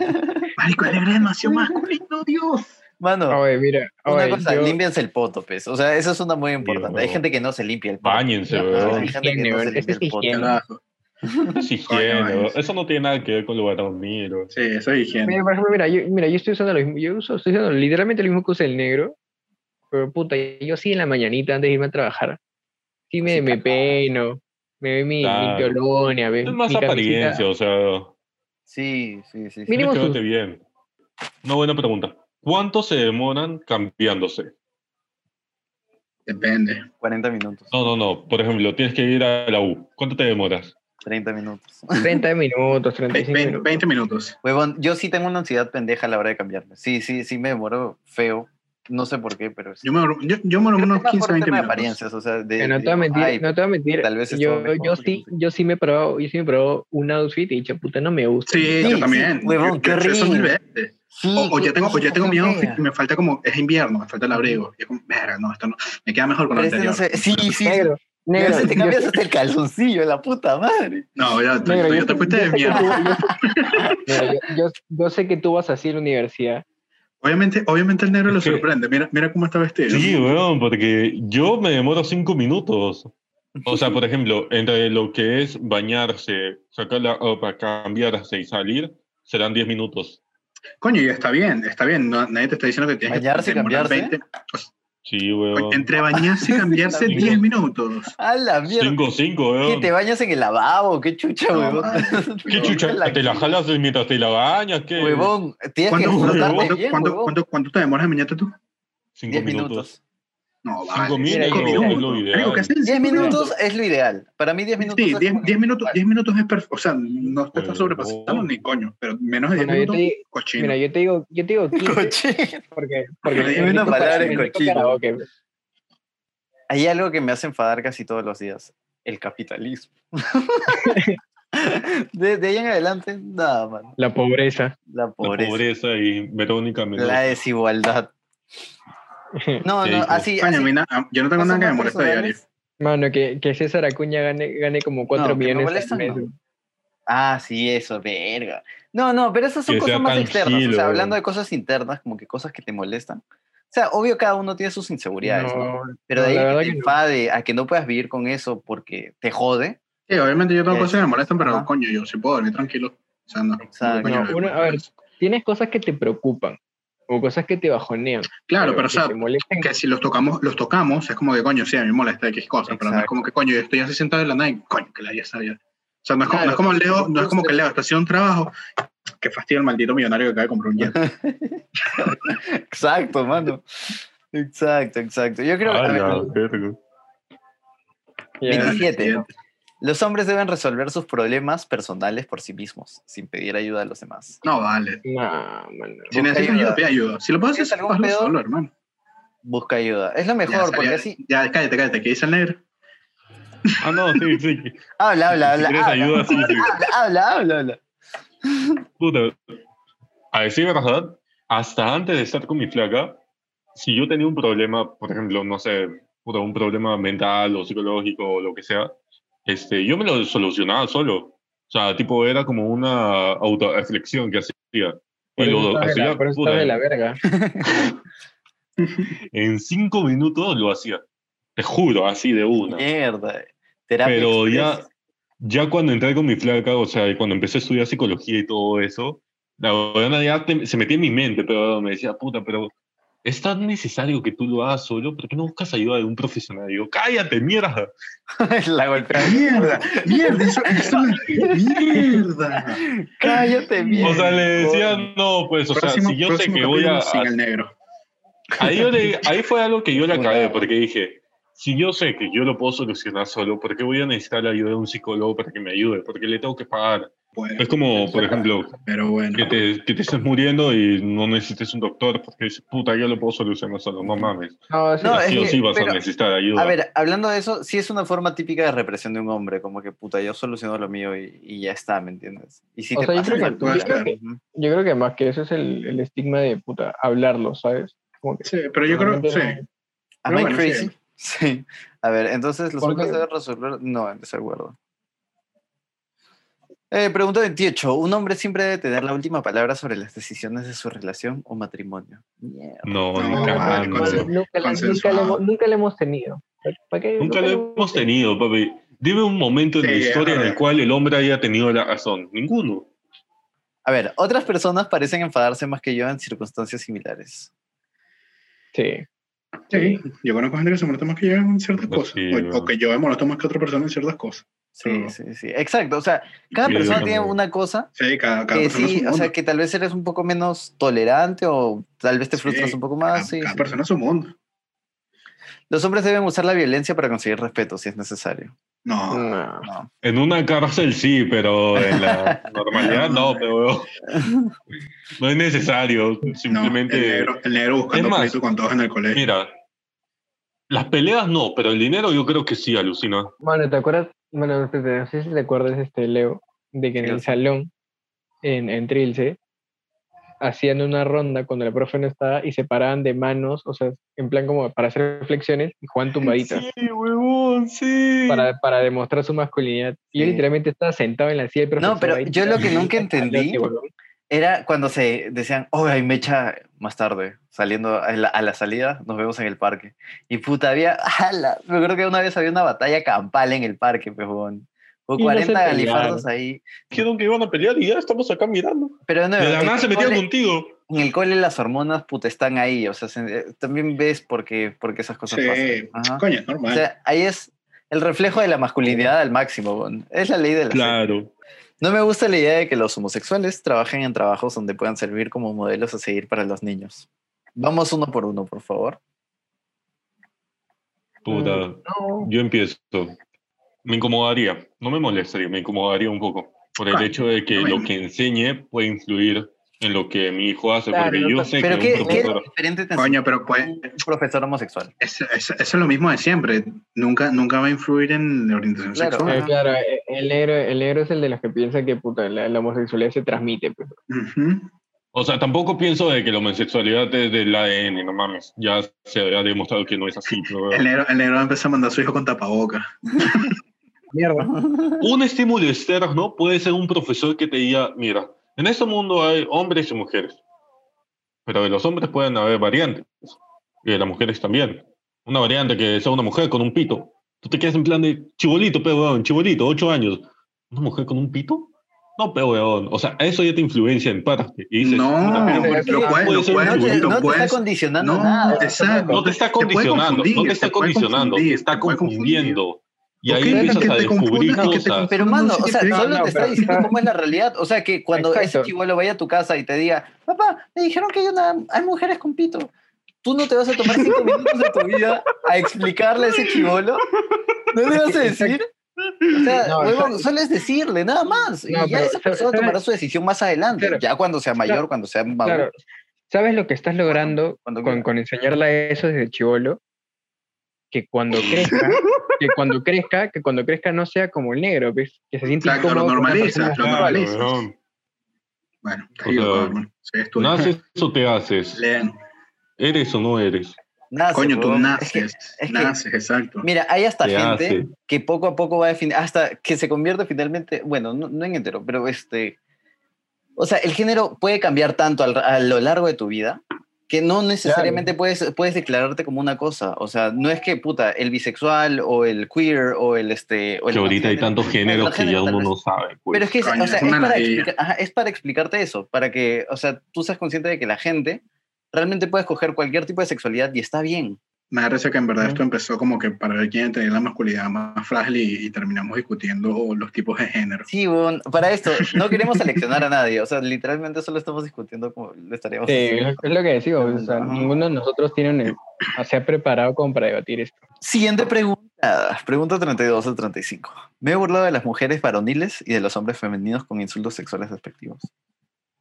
[SPEAKER 1] Marico, el negro es demasiado masculino, Dios.
[SPEAKER 3] Mano,
[SPEAKER 2] Oye, mira,
[SPEAKER 3] una
[SPEAKER 2] oye,
[SPEAKER 3] cosa,
[SPEAKER 2] yo-
[SPEAKER 3] límpiense el poto, pues. O sea, eso es una muy importante. Hay
[SPEAKER 4] huevo.
[SPEAKER 3] gente que no se limpia el poto.
[SPEAKER 4] Báñense,
[SPEAKER 2] Ajá,
[SPEAKER 4] weón.
[SPEAKER 3] Hay gente que no se
[SPEAKER 2] Higiene,
[SPEAKER 3] pues, limpia
[SPEAKER 2] es
[SPEAKER 3] el poto.
[SPEAKER 2] higiene.
[SPEAKER 1] Carajo.
[SPEAKER 4] Es higiene,
[SPEAKER 1] Coño,
[SPEAKER 4] bro.
[SPEAKER 1] es.
[SPEAKER 4] Eso no tiene nada que ver con lo varonil, bro.
[SPEAKER 1] Sí, eso es higiene.
[SPEAKER 2] mira, por ejemplo, mira, yo, mira, yo estoy usando lo mismo, yo uso, estoy usando literalmente lo mismo que usa el negro, pero puta, yo sí en la mañanita antes de irme a trabajar, sí me,
[SPEAKER 3] Sí,
[SPEAKER 2] me
[SPEAKER 3] claro.
[SPEAKER 2] peino, me veo mi, mi
[SPEAKER 4] Claro.
[SPEAKER 2] colonia, ve,
[SPEAKER 4] Es más
[SPEAKER 2] mi camisita.
[SPEAKER 4] apariencia, o sea.
[SPEAKER 3] Sí, sí, sí. sí.
[SPEAKER 2] Mínimo
[SPEAKER 4] tienes que verte
[SPEAKER 2] sus-
[SPEAKER 4] bien. Una buena pregunta. ¿Cuánto se demoran cambiándose?
[SPEAKER 1] Depende.
[SPEAKER 3] 40 minutos,
[SPEAKER 4] No, no, no. Por ejemplo, tienes que ir a la U. ¿Cuánto te demoras?
[SPEAKER 3] 30 minutos.
[SPEAKER 2] 30 minutos, 35
[SPEAKER 1] 20,
[SPEAKER 2] minutos.
[SPEAKER 1] 20 minutos.
[SPEAKER 3] Huevón, yo sí tengo una ansiedad pendeja a la hora de cambiarme. Sí, sí, sí me demoro feo No sé por qué, pero es-
[SPEAKER 1] Yo me abro, yo, yo me abro
[SPEAKER 3] Creo que
[SPEAKER 1] unos
[SPEAKER 3] más
[SPEAKER 1] 15,
[SPEAKER 3] por
[SPEAKER 1] 20
[SPEAKER 3] tema de
[SPEAKER 1] minutos.
[SPEAKER 3] apariencias, o sea, de,
[SPEAKER 2] no te voy a
[SPEAKER 3] de-
[SPEAKER 2] mentir,
[SPEAKER 3] ay,
[SPEAKER 2] no te voy a mentir.
[SPEAKER 3] tal vez estuvo
[SPEAKER 2] yo,
[SPEAKER 3] mejor,
[SPEAKER 2] yo
[SPEAKER 3] no
[SPEAKER 2] sí,
[SPEAKER 3] sé.
[SPEAKER 2] yo sí me he probado, yo sí me he probado un outfit y dije, puta, no me gusta.
[SPEAKER 1] Sí,
[SPEAKER 3] Sí,
[SPEAKER 1] yo también.
[SPEAKER 3] sí, huevón,
[SPEAKER 1] Yo-
[SPEAKER 3] qué
[SPEAKER 1] yo he hecho eso mil
[SPEAKER 3] horrible.
[SPEAKER 1] veces.
[SPEAKER 3] Sí,
[SPEAKER 1] O, o
[SPEAKER 3] qué
[SPEAKER 1] ya tengo, o ya
[SPEAKER 3] cosa
[SPEAKER 1] tengo
[SPEAKER 3] tan
[SPEAKER 1] mi outfit
[SPEAKER 3] fea.
[SPEAKER 1] y me falta como, es invierno, me falta el abrigo. Y es como, verga, no, esto no, me queda mejor con
[SPEAKER 3] Pero
[SPEAKER 1] el
[SPEAKER 3] ese no
[SPEAKER 1] anterior.
[SPEAKER 3] se- Sí, sí, sí.
[SPEAKER 2] Negro,
[SPEAKER 3] Pero
[SPEAKER 2] negro.
[SPEAKER 3] se te
[SPEAKER 2] yo-
[SPEAKER 3] cambias hasta el calzoncillo, la puta madre.
[SPEAKER 1] No, ya, tú,
[SPEAKER 2] Negro,
[SPEAKER 1] tú
[SPEAKER 2] yo
[SPEAKER 1] ya te
[SPEAKER 2] sé-
[SPEAKER 1] fuiste
[SPEAKER 2] yo
[SPEAKER 1] de
[SPEAKER 2] sé que
[SPEAKER 1] mierda.
[SPEAKER 2] tú- yo- Mira, yo- yo- yo sé que tú vas así a la universidad.
[SPEAKER 1] Obviamente, obviamente el negro lo
[SPEAKER 4] Sí.
[SPEAKER 1] sorprende. Mira, mira cómo está vestido.
[SPEAKER 4] Sí, weón, porque yo me demoro cinco minutos. O sea, por ejemplo, entre lo que es bañarse, sacar la ropa, cambiarse y salir, serán 10 minutos.
[SPEAKER 1] Coño, y está bien, está bien. no- nadie te está diciendo que tienes
[SPEAKER 3] Bañarse y
[SPEAKER 1] que demorar
[SPEAKER 3] cambiarse.
[SPEAKER 4] Sí,
[SPEAKER 1] Coño,
[SPEAKER 4] weón.
[SPEAKER 1] Entre bañarse y cambiarse
[SPEAKER 4] Cinco.
[SPEAKER 1] 10 minutos.
[SPEAKER 3] A la mierda.
[SPEAKER 4] Cinco, cinco,
[SPEAKER 3] ¿Qué
[SPEAKER 4] weón.
[SPEAKER 3] te bañas en el lavabo? ¿Qué chucha,
[SPEAKER 1] No,
[SPEAKER 3] huevón?
[SPEAKER 1] madre.
[SPEAKER 4] ¿Qué chucha? ¿Te la jalas mientras te la bañas? ¿Qué?
[SPEAKER 3] Huevón, tienes que
[SPEAKER 1] ¿Cuánto,
[SPEAKER 4] flotarte
[SPEAKER 3] explotarte
[SPEAKER 1] cuánto-
[SPEAKER 3] bien,
[SPEAKER 1] cuánto-
[SPEAKER 3] huevón.
[SPEAKER 1] cuánto- cuánto te demoras en bañarte tú?
[SPEAKER 4] Cinco
[SPEAKER 3] 10
[SPEAKER 4] minutos.
[SPEAKER 3] minutos.
[SPEAKER 1] No,
[SPEAKER 4] Cinco
[SPEAKER 1] vale.
[SPEAKER 4] minutos,
[SPEAKER 1] Cinco
[SPEAKER 2] es lo
[SPEAKER 1] minutos.
[SPEAKER 4] ideal.
[SPEAKER 1] Marico, ¿qué hacen en
[SPEAKER 3] 10
[SPEAKER 1] cinco
[SPEAKER 3] minutos es lo ideal. Para mí 10 minutos
[SPEAKER 1] Sí,
[SPEAKER 3] es
[SPEAKER 1] 10,
[SPEAKER 3] como-
[SPEAKER 1] 10 minutos, 10 minutos es perfecto. O sea, no te estás
[SPEAKER 4] Huevón.
[SPEAKER 1] sobrepasando ni coño, pero menos de 10
[SPEAKER 2] Bueno, oh. yo
[SPEAKER 1] minutos,
[SPEAKER 2] te, di-
[SPEAKER 1] cochino.
[SPEAKER 2] mira, yo te digo, yo te digo 15
[SPEAKER 3] Coche.
[SPEAKER 2] porque, porque
[SPEAKER 1] Dime
[SPEAKER 2] me
[SPEAKER 1] una
[SPEAKER 2] meto
[SPEAKER 3] palabra
[SPEAKER 2] para-
[SPEAKER 3] en
[SPEAKER 2] me meto
[SPEAKER 3] cochino.
[SPEAKER 2] karaoke.
[SPEAKER 3] Hay algo que me hace enfadar casi todos los días. El capitalismo. de, de ahí en adelante, nada, mano.
[SPEAKER 2] La pobreza.
[SPEAKER 3] La
[SPEAKER 4] La
[SPEAKER 3] pobreza.
[SPEAKER 4] pobreza y Verónica Mendoza.
[SPEAKER 3] La desigualdad. No,
[SPEAKER 4] Sí,
[SPEAKER 3] no,
[SPEAKER 4] hijo.
[SPEAKER 3] así.
[SPEAKER 1] Coño, a
[SPEAKER 3] así
[SPEAKER 1] mí na- yo no tengo nada
[SPEAKER 3] cosas
[SPEAKER 1] que me
[SPEAKER 3] más
[SPEAKER 1] moleste de Ari.
[SPEAKER 3] personales.
[SPEAKER 2] Mano, que, que César Acuña gane, gane como 4
[SPEAKER 3] que me
[SPEAKER 2] millones
[SPEAKER 3] molestan,
[SPEAKER 2] al mes.
[SPEAKER 3] no. Ah, sí, eso, verga. No, no, pero esas son
[SPEAKER 4] Que sea
[SPEAKER 3] cosas más
[SPEAKER 4] tan
[SPEAKER 3] externas. O
[SPEAKER 4] chilo,
[SPEAKER 3] sea, hablando
[SPEAKER 4] weón.
[SPEAKER 3] de cosas internas, como que cosas que te molestan. O sea, obvio, cada uno tiene sus inseguridades, ¿no?
[SPEAKER 2] No,
[SPEAKER 3] Pero
[SPEAKER 2] no, la
[SPEAKER 3] de ahí a
[SPEAKER 2] verdad
[SPEAKER 3] que te
[SPEAKER 2] que no.
[SPEAKER 3] enfade, a que no puedas vivir con eso porque te jode.
[SPEAKER 1] Sí, obviamente yo tengo
[SPEAKER 2] Eh,
[SPEAKER 3] Es-
[SPEAKER 1] cosas que me molestan, pero
[SPEAKER 3] ajá.
[SPEAKER 1] coño, yo sí puedo dormir tranquilo. O sea, no.
[SPEAKER 3] Exacto.
[SPEAKER 1] coño,
[SPEAKER 2] No,
[SPEAKER 1] me-
[SPEAKER 2] una- a ver. Tienes cosas que te preocupan o cosas que te bajonean.
[SPEAKER 1] Claro, pero o
[SPEAKER 2] que
[SPEAKER 1] sea,
[SPEAKER 2] te molestan.
[SPEAKER 1] que si los tocamos, los tocamos, es como que coño, sí, a mí me molesta X cosas, pero no es
[SPEAKER 3] Exacto.
[SPEAKER 1] como que coño, yo estoy así sentado en la nada y coño, que la ya sabía. O sea, no es como, no es
[SPEAKER 2] Claro,
[SPEAKER 1] como Leo,
[SPEAKER 2] justo
[SPEAKER 1] no es como que
[SPEAKER 2] eso.
[SPEAKER 1] Leo está haciendo un trabajo, que fastidio el maldito millonario que acaba de comprar un jet.
[SPEAKER 3] Exacto, mano. Exacto, exacto. Yo creo
[SPEAKER 4] Ah,
[SPEAKER 3] a ver,
[SPEAKER 4] la verga.
[SPEAKER 2] Ya.
[SPEAKER 3] Mira,
[SPEAKER 1] Mira,
[SPEAKER 3] 17.
[SPEAKER 1] siguiente.
[SPEAKER 3] los hombres deben resolver sus problemas personales por sí mismos, sin pedir ayuda a los demás.
[SPEAKER 1] No vale.
[SPEAKER 2] No, mano.
[SPEAKER 1] Si
[SPEAKER 3] Busca
[SPEAKER 1] necesitas
[SPEAKER 3] ayuda.
[SPEAKER 1] ayuda, pide ayuda. Si lo puedes
[SPEAKER 3] ¿Tienes
[SPEAKER 1] hacer,
[SPEAKER 3] algún
[SPEAKER 1] hazlo
[SPEAKER 3] pedo?
[SPEAKER 1] solo, hermano.
[SPEAKER 3] Busca ayuda. Es lo mejor,
[SPEAKER 1] salió.
[SPEAKER 3] porque así.
[SPEAKER 1] Ya, cállate, cállate, que dice el negro.
[SPEAKER 4] Ah, no, sí, sí.
[SPEAKER 3] Habla, habla, habla.
[SPEAKER 4] si quieres
[SPEAKER 3] habla,
[SPEAKER 4] ayuda, sí, sí.
[SPEAKER 3] habla, habla, habla.
[SPEAKER 4] Puta. A decir verdad, hasta antes de estar con mi flaca, si yo tenía un problema, por ejemplo, no sé, puta, un problema mental o psicológico o lo que sea, este, yo me lo solucionaba solo. O sea, tipo, era como una autoreflexión que hacía. Y
[SPEAKER 2] Por eso
[SPEAKER 4] lo
[SPEAKER 2] estás de
[SPEAKER 4] hacía
[SPEAKER 2] la- por eso
[SPEAKER 4] puta,
[SPEAKER 2] estás de la verga.
[SPEAKER 4] en cinco minutos, lo hacía. Te juro, así de una.
[SPEAKER 3] Mierda. Terapia.
[SPEAKER 4] Pero ya,
[SPEAKER 3] express.
[SPEAKER 4] ya cuando entré con mi flaca, o sea, y cuando empecé a estudiar psicología y todo eso, la verdad ya te- se metía en mi mente, pero me decía, puta, pero es tan necesario que tú lo hagas solo, ¿por qué no buscas ayuda de un profesional? Y yo, cállate, mierda.
[SPEAKER 3] la golpea.
[SPEAKER 1] Mierda, mierda, eso, eso, mierda.
[SPEAKER 3] Cállate, mierda.
[SPEAKER 4] O sea, le decía,
[SPEAKER 3] Coño.
[SPEAKER 4] no, pues, o sea, si yo sé
[SPEAKER 1] próximo
[SPEAKER 4] que voy a...
[SPEAKER 1] capítulo Sin el negro.
[SPEAKER 4] Ahí, yo le- ahí fue algo que yo le
[SPEAKER 3] Puta.
[SPEAKER 4] acabé, porque dije, si yo sé que yo lo puedo solucionar solo, ¿por qué voy a necesitar la ayuda de un psicólogo para que me ayude? Porque le tengo que pagar.
[SPEAKER 1] Bueno,
[SPEAKER 4] Es como, por ejemplo,
[SPEAKER 1] pero bueno.
[SPEAKER 4] que te, que te estés muriendo y no necesites un doctor porque dices, puta, yo lo puedo solucionar solo, no mames.
[SPEAKER 2] No, sí,
[SPEAKER 3] No,
[SPEAKER 4] O sea,
[SPEAKER 3] es
[SPEAKER 4] sí o
[SPEAKER 3] que-
[SPEAKER 4] sí vas
[SPEAKER 3] pero-
[SPEAKER 4] a necesitar ayuda.
[SPEAKER 3] A ver, hablando de eso, sí es una forma típica de represión de un hombre, como que puta, yo soluciono lo mío y, y ya está, ¿me entiendes? Y si
[SPEAKER 2] O
[SPEAKER 3] te
[SPEAKER 2] sea, yo
[SPEAKER 3] pasa,
[SPEAKER 2] creo
[SPEAKER 1] que-
[SPEAKER 3] factura,
[SPEAKER 1] yo creo
[SPEAKER 2] que-
[SPEAKER 3] ujú.
[SPEAKER 2] Yo creo que más que eso es el, el estigma de puta, hablarlo, ¿sabes? Como que
[SPEAKER 1] Sí, pero yo creo, sí.
[SPEAKER 2] normalmente
[SPEAKER 3] ¿Am
[SPEAKER 1] Pero
[SPEAKER 3] I
[SPEAKER 1] bueno, sí.
[SPEAKER 3] crazy? Sí. A ver, entonces los
[SPEAKER 2] ¿Por
[SPEAKER 3] hombres
[SPEAKER 2] qué?
[SPEAKER 3] deben resolver. No, en desacuerdo. Eh, pregunta 28. ¿Un hombre siempre debe tener la última palabra sobre las decisiones de su relación o matrimonio? Mierda.
[SPEAKER 4] No,
[SPEAKER 1] No,
[SPEAKER 4] ni
[SPEAKER 2] no,
[SPEAKER 1] Ah,
[SPEAKER 4] cagando.
[SPEAKER 2] no,
[SPEAKER 1] consenso-
[SPEAKER 2] nunca, la- nunca,
[SPEAKER 1] consensuado.
[SPEAKER 2] le hemos- nunca le hemos tenido. ¿Para qué?
[SPEAKER 4] Nunca lo
[SPEAKER 2] le
[SPEAKER 4] hemos tenido, papi. Dime un momento en
[SPEAKER 1] Sí,
[SPEAKER 4] la
[SPEAKER 1] es
[SPEAKER 4] historia en el
[SPEAKER 1] verdad.
[SPEAKER 4] cual el hombre haya tenido la razón. Ninguno.
[SPEAKER 3] A ver, otras personas parecen enfadarse más que yo en circunstancias similares.
[SPEAKER 2] Sí.
[SPEAKER 1] Sí, yo conozco gente que se molesta más que yo en ciertas
[SPEAKER 4] Pues
[SPEAKER 1] cosas.
[SPEAKER 4] sí,
[SPEAKER 1] o- o,
[SPEAKER 4] weón.
[SPEAKER 1] que yo me molesto más que otra persona en ciertas cosas.
[SPEAKER 3] Sí,
[SPEAKER 1] Claro.
[SPEAKER 3] sí, sí. Exacto. O sea, cada
[SPEAKER 4] Sí,
[SPEAKER 3] persona
[SPEAKER 4] sí.
[SPEAKER 3] tiene una cosa
[SPEAKER 1] Sí, cada, cada
[SPEAKER 3] que
[SPEAKER 1] persona es
[SPEAKER 3] sí,
[SPEAKER 1] un
[SPEAKER 3] o
[SPEAKER 1] mundo.
[SPEAKER 3] sea, que tal vez eres un poco menos tolerante o tal vez te
[SPEAKER 1] Sí,
[SPEAKER 3] frustras un poco
[SPEAKER 1] cada,
[SPEAKER 3] más. ah, Sí,
[SPEAKER 1] cada
[SPEAKER 3] sí.
[SPEAKER 1] persona es un mundo.
[SPEAKER 3] Los hombres deben usar la violencia para conseguir respeto si es necesario.
[SPEAKER 4] Mm,
[SPEAKER 1] No,
[SPEAKER 2] No.
[SPEAKER 4] En una cárcel sí, pero en la normalidad no, pero no es necesario.
[SPEAKER 1] no, el
[SPEAKER 4] Simplemente.
[SPEAKER 1] negro, el negro buscando
[SPEAKER 4] Es más-
[SPEAKER 1] pleito con todos en el colegio.
[SPEAKER 4] Mira, las peleas no, pero el dinero yo creo que sí, alucina.
[SPEAKER 2] Bueno, ¿te acuerdas? Bueno, no sé si- no sé si te acuerdas, este, Leo, de que en el
[SPEAKER 3] Dios.
[SPEAKER 2] salón, en, en Trilce, hacían una ronda cuando la profe no estaba y se paraban de manos, o sea, en plan como para hacer reflexiones y jugaban tumbaditas
[SPEAKER 4] huevón, sí.
[SPEAKER 2] para, para demostrar su masculinidad. Y Yo
[SPEAKER 3] Sí.
[SPEAKER 2] literalmente estaba sentado en la silla del profesor.
[SPEAKER 3] No, pero
[SPEAKER 2] ahí
[SPEAKER 3] yo lo que
[SPEAKER 2] tirando
[SPEAKER 3] nunca
[SPEAKER 2] calote,
[SPEAKER 3] entendí-
[SPEAKER 2] huevón.
[SPEAKER 3] Era cuando se decían, oh, hay mecha más tarde, saliendo a la, a la salida, nos vemos en el parque. Y puta, había, ala, yo creo que una vez había una batalla campal en el parque, pejón. Hubo
[SPEAKER 2] Y no se
[SPEAKER 3] 40
[SPEAKER 2] pelearon.
[SPEAKER 3] galifardos ahí.
[SPEAKER 4] Dijeron que iban a pelear y ya estamos acá mirando.
[SPEAKER 3] Pero de nuevo,
[SPEAKER 4] De la
[SPEAKER 3] en
[SPEAKER 4] nada
[SPEAKER 3] el
[SPEAKER 4] se metieron
[SPEAKER 3] cole-
[SPEAKER 4] contigo.
[SPEAKER 3] En el cole las hormonas, puta, están ahí. O sea, se- eh, también ves por qué, por qué esas cosas
[SPEAKER 1] Sí,
[SPEAKER 3] pasan. Ajá.
[SPEAKER 1] coño, es
[SPEAKER 3] O
[SPEAKER 1] normal.
[SPEAKER 3] sea, ahí es el reflejo de la masculinidad al máximo, weón. Es la ley de la serie.
[SPEAKER 4] Claro.
[SPEAKER 3] No me gusta la idea de que los homosexuales trabajen en trabajos donde puedan servir como modelos a seguir para los niños. Vamos uno por uno, por favor.
[SPEAKER 4] Puta,
[SPEAKER 2] Mm.
[SPEAKER 4] yo empiezo. Me incomodaría, no me molestaría, me incomodaría un poco por el
[SPEAKER 1] Ah,
[SPEAKER 4] hecho de que
[SPEAKER 1] no me-
[SPEAKER 4] lo que enseñe puede influir en lo que mi hijo hace,
[SPEAKER 2] Claro,
[SPEAKER 4] porque yo
[SPEAKER 2] no,
[SPEAKER 4] sé
[SPEAKER 3] Pero
[SPEAKER 4] que
[SPEAKER 3] qué,
[SPEAKER 4] un
[SPEAKER 3] qué
[SPEAKER 4] profesor-
[SPEAKER 3] diferente te
[SPEAKER 1] coño, pero pues,
[SPEAKER 3] enseña un profesor homosexual.
[SPEAKER 1] eso, eso- eso es lo mismo de siempre. Nunca, nunca va a influir en la orientación
[SPEAKER 3] Claro.
[SPEAKER 1] sexual.
[SPEAKER 2] Eh, claro, eh, el negro, el negro es el de los que piensa que puta, la, la homosexualidad se transmite. pues.
[SPEAKER 1] Ujú.
[SPEAKER 4] O sea, tampoco pienso de que la homosexualidad es del ADN, no mames. Ya se ha demostrado que no es así. pero-
[SPEAKER 1] El negro, el negro empieza a mandar a su hijo con tapabocas.
[SPEAKER 2] Mierda.
[SPEAKER 4] un estímulo externo puede ser un profesor que te diga, mira, en este mundo hay hombres y mujeres, pero de los hombres pueden haber variantes, y de las mujeres también. Una variante que sea una mujer con un pito. Tú te quedas en plan de chibolito, pe weón, chibolito, ocho años. ¿Una mujer con un pito? No, pe weón. O sea, eso ya te influencia en parte. Y dices,
[SPEAKER 1] No,
[SPEAKER 4] "Puta, pero ¿por
[SPEAKER 3] pero
[SPEAKER 4] qué
[SPEAKER 3] lo
[SPEAKER 1] puedes-
[SPEAKER 4] puede
[SPEAKER 1] lo
[SPEAKER 4] ser
[SPEAKER 1] puedes-
[SPEAKER 3] No te,
[SPEAKER 4] chibolito?".
[SPEAKER 1] lo
[SPEAKER 3] no te está
[SPEAKER 1] puedes-
[SPEAKER 3] condicionando
[SPEAKER 1] pues. no,
[SPEAKER 3] nada.
[SPEAKER 1] exacto.
[SPEAKER 4] No te está
[SPEAKER 1] puede
[SPEAKER 4] condicionando, no
[SPEAKER 1] confundir,
[SPEAKER 4] te
[SPEAKER 1] te
[SPEAKER 4] está
[SPEAKER 1] puede
[SPEAKER 4] condicionando, te
[SPEAKER 1] confundir,
[SPEAKER 4] está
[SPEAKER 1] te puede confundir.
[SPEAKER 4] confundiendo. Y
[SPEAKER 1] Ok,
[SPEAKER 4] ahí
[SPEAKER 1] pero
[SPEAKER 4] empiezas
[SPEAKER 1] que
[SPEAKER 4] a
[SPEAKER 1] te
[SPEAKER 4] descubrir
[SPEAKER 1] confundas, que te
[SPEAKER 4] cosas.
[SPEAKER 3] Pero
[SPEAKER 1] No,
[SPEAKER 3] mano,
[SPEAKER 1] sí
[SPEAKER 3] o
[SPEAKER 1] que
[SPEAKER 3] sea,
[SPEAKER 1] te-
[SPEAKER 3] solo
[SPEAKER 2] no,
[SPEAKER 3] te está
[SPEAKER 2] pero-
[SPEAKER 3] diciendo cómo es la realidad. O sea, que cuando
[SPEAKER 2] Exacto.
[SPEAKER 3] ese chivolo vaya a tu casa y te diga, papá, me dijeron que hay, una, hay mujeres con pito. Tú no te vas a tomar cinco minutos de tu vida a explicarle a ese chivolo. No le vas a decir. O sea,
[SPEAKER 2] No,
[SPEAKER 3] huevón,
[SPEAKER 2] exacto.
[SPEAKER 3] solo es decirle, nada más.
[SPEAKER 2] No,
[SPEAKER 3] y ya
[SPEAKER 2] pero,
[SPEAKER 3] esa
[SPEAKER 2] ¿sabes-
[SPEAKER 3] persona
[SPEAKER 2] sabes?
[SPEAKER 3] tomará su decisión más adelante.
[SPEAKER 2] Claro.
[SPEAKER 3] Ya cuando sea mayor,
[SPEAKER 2] Claro.
[SPEAKER 3] cuando sea maduro.
[SPEAKER 2] Claro. ¿Sabes lo que estás logrando
[SPEAKER 3] cuando
[SPEAKER 2] con,
[SPEAKER 3] quiera.
[SPEAKER 2] con enseñarle eso desde chivolo? Que cuando crezca, que cuando crezca, que cuando crezca no sea como el negro, ¿ves? que se siente
[SPEAKER 1] Exacto, lo
[SPEAKER 2] incómodo con una
[SPEAKER 1] normalizas,
[SPEAKER 2] persona
[SPEAKER 1] lo
[SPEAKER 2] sexual.
[SPEAKER 1] normalizas.
[SPEAKER 4] weón.
[SPEAKER 1] Bueno,
[SPEAKER 4] O
[SPEAKER 1] ahí lo
[SPEAKER 4] sea,
[SPEAKER 1] toman. Sí, estudia.
[SPEAKER 4] ¿Naces o te haces?
[SPEAKER 1] Lean.
[SPEAKER 4] ¿Eres o no eres?
[SPEAKER 3] Nace,
[SPEAKER 1] Coño, tú
[SPEAKER 3] huevón.
[SPEAKER 1] naces.
[SPEAKER 3] Es que-
[SPEAKER 1] naces, exacto.
[SPEAKER 3] Mira, hay hasta
[SPEAKER 4] Te
[SPEAKER 3] gente
[SPEAKER 4] hace.
[SPEAKER 3] que poco a poco va a definir, hasta que se convierte finalmente, bueno, no, no en entero, pero este, o sea, el género puede cambiar tanto al- a lo largo de tu vida que no necesariamente puedes, puedes declararte como una cosa, o sea, no es que puta, el bisexual o el queer o el este... O el
[SPEAKER 4] Que ahorita hay
[SPEAKER 3] transgénero.
[SPEAKER 4] tantos géneros que ya
[SPEAKER 3] transgénero, tal
[SPEAKER 4] uno
[SPEAKER 3] vez.
[SPEAKER 4] no sabe. pues.
[SPEAKER 3] Pero es que es,
[SPEAKER 1] Coño,
[SPEAKER 3] o sea,
[SPEAKER 1] es
[SPEAKER 3] es,
[SPEAKER 1] una
[SPEAKER 3] para
[SPEAKER 1] ladilla.
[SPEAKER 3] explica- ajá, es para explicarte eso, para que, o sea, tú seas consciente de que la gente realmente puede escoger cualquier tipo de sexualidad y está bien.
[SPEAKER 1] Me parece que en verdad
[SPEAKER 2] Ujú.
[SPEAKER 1] esto empezó como que para ver quién tenía la masculinidad más frágil y, y terminamos discutiendo los tipos de género.
[SPEAKER 3] Sí, huevón, para esto, no queremos seleccionar a nadie. O sea, literalmente solo estamos discutiendo como lo estaríamos
[SPEAKER 2] Sí,
[SPEAKER 3] haciendo.
[SPEAKER 2] es lo que decimos, o sea,
[SPEAKER 3] Ajá.
[SPEAKER 2] ninguno de nosotros tiene un- o se ha preparado como para debatir esto.
[SPEAKER 3] Siguiente pregunta. Pregunta 32 al 35. Me he burlado de las mujeres varoniles y de los hombres femeninos con insultos sexuales despectivos.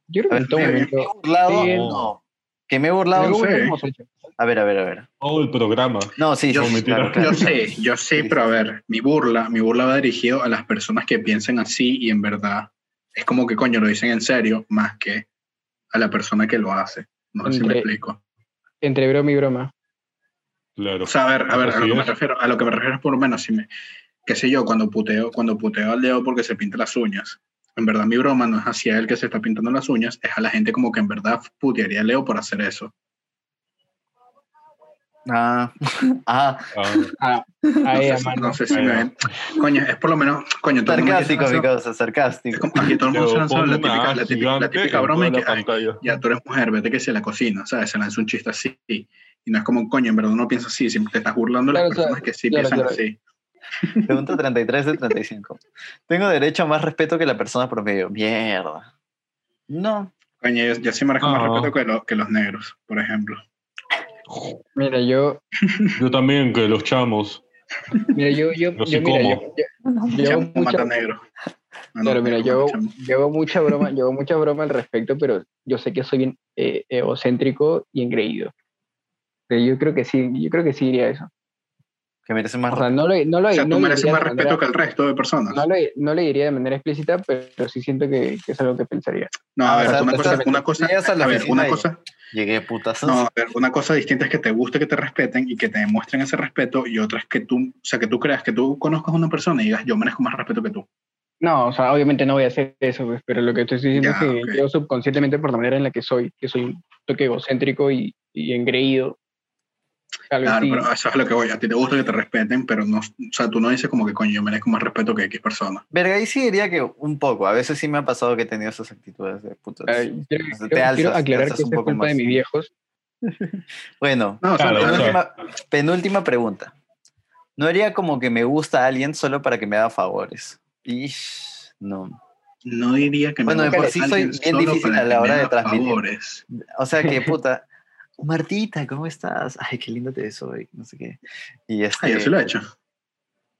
[SPEAKER 2] Yo creo que en todo
[SPEAKER 1] Sí.
[SPEAKER 3] ¿Me he
[SPEAKER 2] momento...
[SPEAKER 3] burlado?
[SPEAKER 2] Sí,
[SPEAKER 3] no. ¿Que me he burlado?
[SPEAKER 2] algún
[SPEAKER 1] sé.
[SPEAKER 2] momento hemos hecho.
[SPEAKER 3] A ver, a ver, a ver.
[SPEAKER 4] Todo el programa.
[SPEAKER 3] No, sí,
[SPEAKER 1] Yo
[SPEAKER 3] sí,
[SPEAKER 1] sé,
[SPEAKER 3] claro, claro,
[SPEAKER 1] Yo
[SPEAKER 3] claro.
[SPEAKER 1] sé, yo sé, pero a ver, mi burla, mi burla va dirigido a las personas que piensan así y en verdad es como que coño lo dicen en serio más que a la persona que lo hace. No sé si me
[SPEAKER 2] Hombre.
[SPEAKER 1] explico.
[SPEAKER 2] Entre broma y broma.
[SPEAKER 4] Claro.
[SPEAKER 1] O sea, a ver, a ver, a
[SPEAKER 4] Así
[SPEAKER 1] lo que me
[SPEAKER 4] es.
[SPEAKER 1] refiero, a lo que me refiero es por lo menos si me, qué sé yo, cuando puteo, cuando puteo al dedo porque se pinta las uñas. En verdad mi broma no es hacia él que se está pintando las uñas, es a la gente como que en verdad putearía a Leo por hacer eso.
[SPEAKER 3] Ah, ah,
[SPEAKER 4] Ah,
[SPEAKER 1] No
[SPEAKER 2] Ahí,
[SPEAKER 1] sé
[SPEAKER 2] a
[SPEAKER 1] si-
[SPEAKER 2] mano.
[SPEAKER 1] no sé si
[SPEAKER 4] Ahí
[SPEAKER 1] me
[SPEAKER 4] va.
[SPEAKER 1] ven. Coño, es por lo menos, coño, todo el mundo
[SPEAKER 3] sarcástico,
[SPEAKER 1] se
[SPEAKER 3] mi
[SPEAKER 1] lanza-
[SPEAKER 3] causa,
[SPEAKER 1] es
[SPEAKER 3] sarcástico.
[SPEAKER 1] como aquí todo el mundo se
[SPEAKER 4] Pero
[SPEAKER 1] lanza
[SPEAKER 4] pon
[SPEAKER 1] la
[SPEAKER 4] una
[SPEAKER 1] típica,
[SPEAKER 4] A
[SPEAKER 1] la típica, la
[SPEAKER 4] gigante
[SPEAKER 1] típica
[SPEAKER 4] en
[SPEAKER 1] broma y
[SPEAKER 4] toda
[SPEAKER 1] que,
[SPEAKER 4] la
[SPEAKER 1] ay,
[SPEAKER 4] pantalla.
[SPEAKER 1] ya tú eres mujer, vete que se la cocina, ¿sabes? Se lanza un chiste así. Y no es como, coño, en verdad no piensas así, siempre te estás burlando de las
[SPEAKER 2] Claro, o sea,
[SPEAKER 1] personas que sí
[SPEAKER 2] claro,
[SPEAKER 1] piensan
[SPEAKER 2] claro.
[SPEAKER 1] así.
[SPEAKER 3] Pregunta 33 al 35. Tengo derecho a más respeto que la persona promedio. Mierda. No,
[SPEAKER 1] Coño, yo, yo sí merezco más
[SPEAKER 4] Ah.
[SPEAKER 1] respeto que, lo- que los negros, por ejemplo.
[SPEAKER 2] Mira, yo,
[SPEAKER 4] Yo también, que los chamos.
[SPEAKER 2] mira, yo, yo,
[SPEAKER 4] No sé
[SPEAKER 2] yo, mira,
[SPEAKER 4] cómo.
[SPEAKER 2] yo- yo- yo hago
[SPEAKER 1] Chamo mata
[SPEAKER 2] mucha,
[SPEAKER 1] negro. No, Ah, no,
[SPEAKER 2] claro, mira,
[SPEAKER 1] negro
[SPEAKER 2] yo, hago-
[SPEAKER 1] mata chamo.
[SPEAKER 2] yo hago mucha broma, yo hago mucha broma al respecto, pero yo sé que soy bien eh, egocéntrico y engreído. Pero yo creo que sí, yo creo que sí diría eso.
[SPEAKER 3] Que merece más
[SPEAKER 2] O sea, no lo, no lo,
[SPEAKER 1] O sea, tú
[SPEAKER 2] no lo
[SPEAKER 1] mereces
[SPEAKER 2] diría
[SPEAKER 1] más
[SPEAKER 2] de manera-
[SPEAKER 1] respeto que el resto de personas.
[SPEAKER 2] No lo, no le diría de manera explícita, pero sí siento que, que es algo que pensaría.
[SPEAKER 1] No, a
[SPEAKER 3] Ah,
[SPEAKER 1] ver,
[SPEAKER 3] o sea,
[SPEAKER 1] una
[SPEAKER 3] tú
[SPEAKER 1] cosa,
[SPEAKER 3] estás-
[SPEAKER 1] una cosa,
[SPEAKER 3] llegas a la
[SPEAKER 1] a ver,
[SPEAKER 3] oficina
[SPEAKER 1] una
[SPEAKER 3] y-
[SPEAKER 1] cosa,
[SPEAKER 3] Llegué putas.
[SPEAKER 1] no, a ver, una cosa distinta es que te guste que te respeten y que te demuestren ese respeto y otra es que tú, o sea, que tú creas que tú conozcas a una persona y digas, yo merezco más respeto que tú.
[SPEAKER 2] No, o sea, obviamente no voy a hacer eso, pues, pero lo que estoy diciendo
[SPEAKER 1] Ya,
[SPEAKER 2] es
[SPEAKER 1] ok.
[SPEAKER 2] que yo subconscientemente, por la manera en la que soy, que soy un toque egocéntrico y, y engreído, tal vez
[SPEAKER 1] Claro,
[SPEAKER 2] sí.
[SPEAKER 1] pero eso es a lo que voy, a ti te gusta que te respeten, pero no, o sea, tú no dices como que coño, yo merezco más respeto que X persona.
[SPEAKER 3] Verga, ahí sí diría que un poco. A veces sí me ha pasado que he tenido esas actitudes de putas.
[SPEAKER 2] Eh, quiero,
[SPEAKER 3] te
[SPEAKER 2] quiero-
[SPEAKER 3] alzas,
[SPEAKER 2] quiero
[SPEAKER 3] te
[SPEAKER 2] aclarar
[SPEAKER 3] alzas
[SPEAKER 2] que esto
[SPEAKER 3] un
[SPEAKER 2] es
[SPEAKER 3] poco
[SPEAKER 2] culpa de
[SPEAKER 3] más.
[SPEAKER 2] mis viejos.
[SPEAKER 3] Bueno,
[SPEAKER 1] No, o sea,
[SPEAKER 4] Claro,
[SPEAKER 1] tú-
[SPEAKER 4] o sea,
[SPEAKER 3] penúltima, penúltima pregunta. No haría como que me gusta a alguien solo para que me haga favores. Ish, no.
[SPEAKER 1] no diría que
[SPEAKER 3] Bueno,
[SPEAKER 1] me
[SPEAKER 3] de por
[SPEAKER 1] gusta
[SPEAKER 3] sí soy
[SPEAKER 1] alguien
[SPEAKER 3] bien
[SPEAKER 1] solo
[SPEAKER 3] difícil
[SPEAKER 1] para
[SPEAKER 3] a
[SPEAKER 1] que
[SPEAKER 3] la
[SPEAKER 1] me
[SPEAKER 3] hora de
[SPEAKER 1] haga
[SPEAKER 3] transmitir.
[SPEAKER 1] favores.
[SPEAKER 3] O sea que, puta, Martita, ¿cómo estás? Ay, qué lindo te ves hoy. No sé qué. Y
[SPEAKER 1] Ah, yo
[SPEAKER 3] este,
[SPEAKER 1] sí lo he hecho.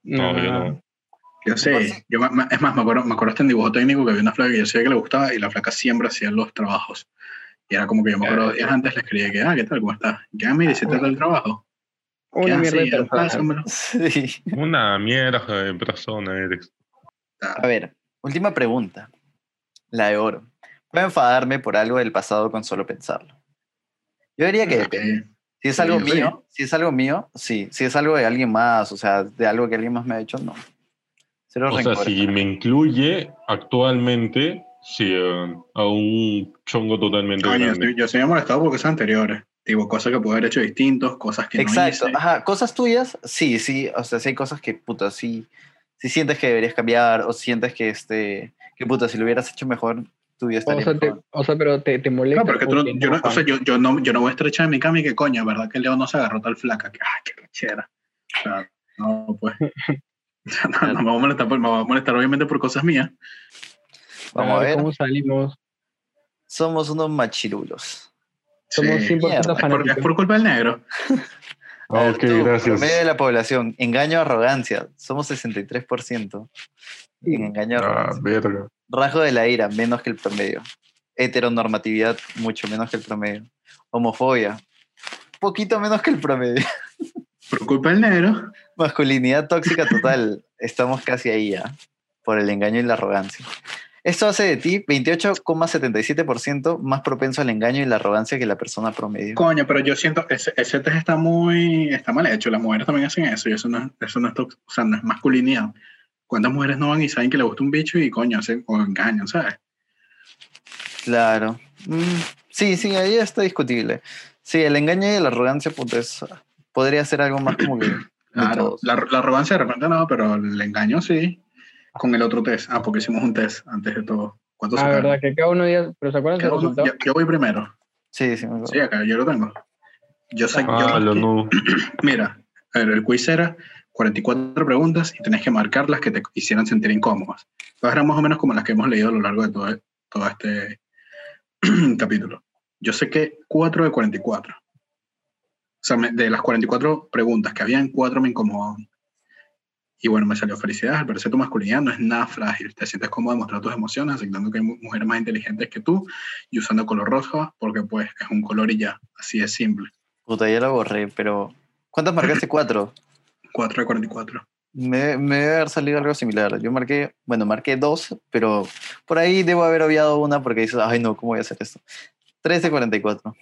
[SPEAKER 4] No, yo no.
[SPEAKER 1] Yo
[SPEAKER 3] Pues
[SPEAKER 1] sé,
[SPEAKER 3] sí.
[SPEAKER 1] yo, ma- ma- es más, me acuerdo, me acuerdo hasta en dibujo técnico que había una flaca que yo sabía que le gustaba y la flaca siempre hacía los trabajos. Y era como que yo me acuerdo, dos días antes le escribía que, ah, ¿qué tal? ¿Cómo estás? Ya, mira, hiciste tal trabajo. ¿Qué
[SPEAKER 2] Una mierda de
[SPEAKER 1] haces?
[SPEAKER 2] persona.
[SPEAKER 1] Pásamelo.
[SPEAKER 3] sí.
[SPEAKER 4] Una mierda de persona eres.
[SPEAKER 1] Ah,
[SPEAKER 3] A ver, última pregunta. La de oro. ¿Puedo enfadarme por algo del pasado con solo pensarlo? Yo diría que depende.
[SPEAKER 1] Ok.
[SPEAKER 3] Si es algo
[SPEAKER 1] Sí, sí.
[SPEAKER 3] mío, si es algo mío, sí. Si es algo de alguien más, o sea, de algo que alguien más me ha hecho, no. Cero
[SPEAKER 4] O sea,
[SPEAKER 3] rencor.
[SPEAKER 4] si me incluye actualmente, sí, eh, a un chongo totalmente
[SPEAKER 1] Coño,
[SPEAKER 4] grande.
[SPEAKER 1] yo, yo se me he molestado porque son anteriores. Tipo, cosas que pude haber hecho distintos, cosas que
[SPEAKER 3] Exacto. Ah,
[SPEAKER 1] no hice.
[SPEAKER 3] Ajá, cosas tuyas, sí, sí. O sea, si hay cosas que, puta, sí. Si sientes que deberías cambiar o sientes que, este, que, puta, si lo hubieras hecho mejor, tu
[SPEAKER 2] O
[SPEAKER 3] vida estaría
[SPEAKER 2] sea, te,
[SPEAKER 3] mejor.
[SPEAKER 2] o sea, pero te, te molesta.
[SPEAKER 1] No, pero que tú no,
[SPEAKER 2] porque
[SPEAKER 1] yo, no, o
[SPEAKER 2] fan.
[SPEAKER 1] sea, yo, yo no, yo no voy a estrechar en mi cama y que coño, ¿verdad? Que Leo no se agarró tal flaca. Que, ay, qué rechera. O sea, no, pues. No, no, me voy a molestar, por- me voy a molestar obviamente por cosas mías.
[SPEAKER 3] Vamos a ver.
[SPEAKER 2] ¿Cómo salimos?
[SPEAKER 3] Somos unos machirulos.
[SPEAKER 2] Somos
[SPEAKER 1] Sí.
[SPEAKER 2] 100%
[SPEAKER 3] Mierda,
[SPEAKER 1] Es por, es
[SPEAKER 2] fanáticos.
[SPEAKER 1] por culpa del negro.
[SPEAKER 3] A ver,
[SPEAKER 4] Ah, ok,
[SPEAKER 3] tú,
[SPEAKER 4] gracias.
[SPEAKER 3] Promedio de la población. Engaño, arrogancia. Somos 63%. En engaño,
[SPEAKER 4] Ah,
[SPEAKER 3] arrogancia.
[SPEAKER 4] verga.
[SPEAKER 3] Rasgo de la ira, menos que el promedio. Heteronormatividad, mucho menos que el promedio. Homofobia, poquito menos que el promedio.
[SPEAKER 1] Por culpa del negro.
[SPEAKER 3] Masculinidad tóxica total, estamos casi ahí ya, por el engaño y la arrogancia. Esto hace de ti 28,77% más propenso al engaño y la arrogancia que la persona promedio.
[SPEAKER 1] Coño, pero yo siento, ese, ese test está muy, está mal hecho. Las mujeres también hacen eso y eso no, es- eso no, es, tox- o sea, no es masculinidad. ¿Cuántas mujeres no van y saben que le gusta un bicho y coño, hacen o engañan, sabes?
[SPEAKER 3] Claro. Mm, sí, sí, ahí está discutible. Sí, el engaño y la arrogancia, puta, es- podría ser algo más como que... de
[SPEAKER 1] Claro,
[SPEAKER 3] todos.
[SPEAKER 1] la, la arrogancia de repente no, pero el engaño sí. Con el otro test. Ah, porque hicimos un test antes de todo. ¿Cuántos
[SPEAKER 2] Ah,
[SPEAKER 1] sacaron?
[SPEAKER 2] verdad, que cada uno día, pero ¿se acuerdan
[SPEAKER 1] Cada
[SPEAKER 2] del
[SPEAKER 1] uno-
[SPEAKER 2] resultado?
[SPEAKER 1] yo, yo voy primero.
[SPEAKER 3] Sí, sí, me acuerdo.
[SPEAKER 1] Sí, acá, yo lo tengo. Yo sé, yo
[SPEAKER 4] Ah, lo no.
[SPEAKER 1] Mira, a ver, el quiz era 44 preguntas y tenías que marcar las que te hicieran sentir incómodas. Todas eran más o menos como las que hemos leído a lo largo de todo, todo este capítulo. Yo sé que 4 de 44. O sea, me- de las 44 preguntas que habían, 4 me incomodaban. Y bueno, me salió felicidad. Al parecer tu masculinidad no es nada frágil. Te sientes cómodo mostrar tus emociones, aceptando que hay mu- mujeres más inteligentes que tú y usando color rosa porque pues es un color y ya. Así es simple.
[SPEAKER 3] Puta, ya la borré, pero. ¿Cuántas marcaste? Cuatro.
[SPEAKER 1] 4 de 44.
[SPEAKER 3] Me, me debe haber salido algo similar. Yo marqué, bueno, marqué dos, pero por ahí debo haber obviado una porque dices, ay no, ¿cómo voy a hacer esto? 3 de 44.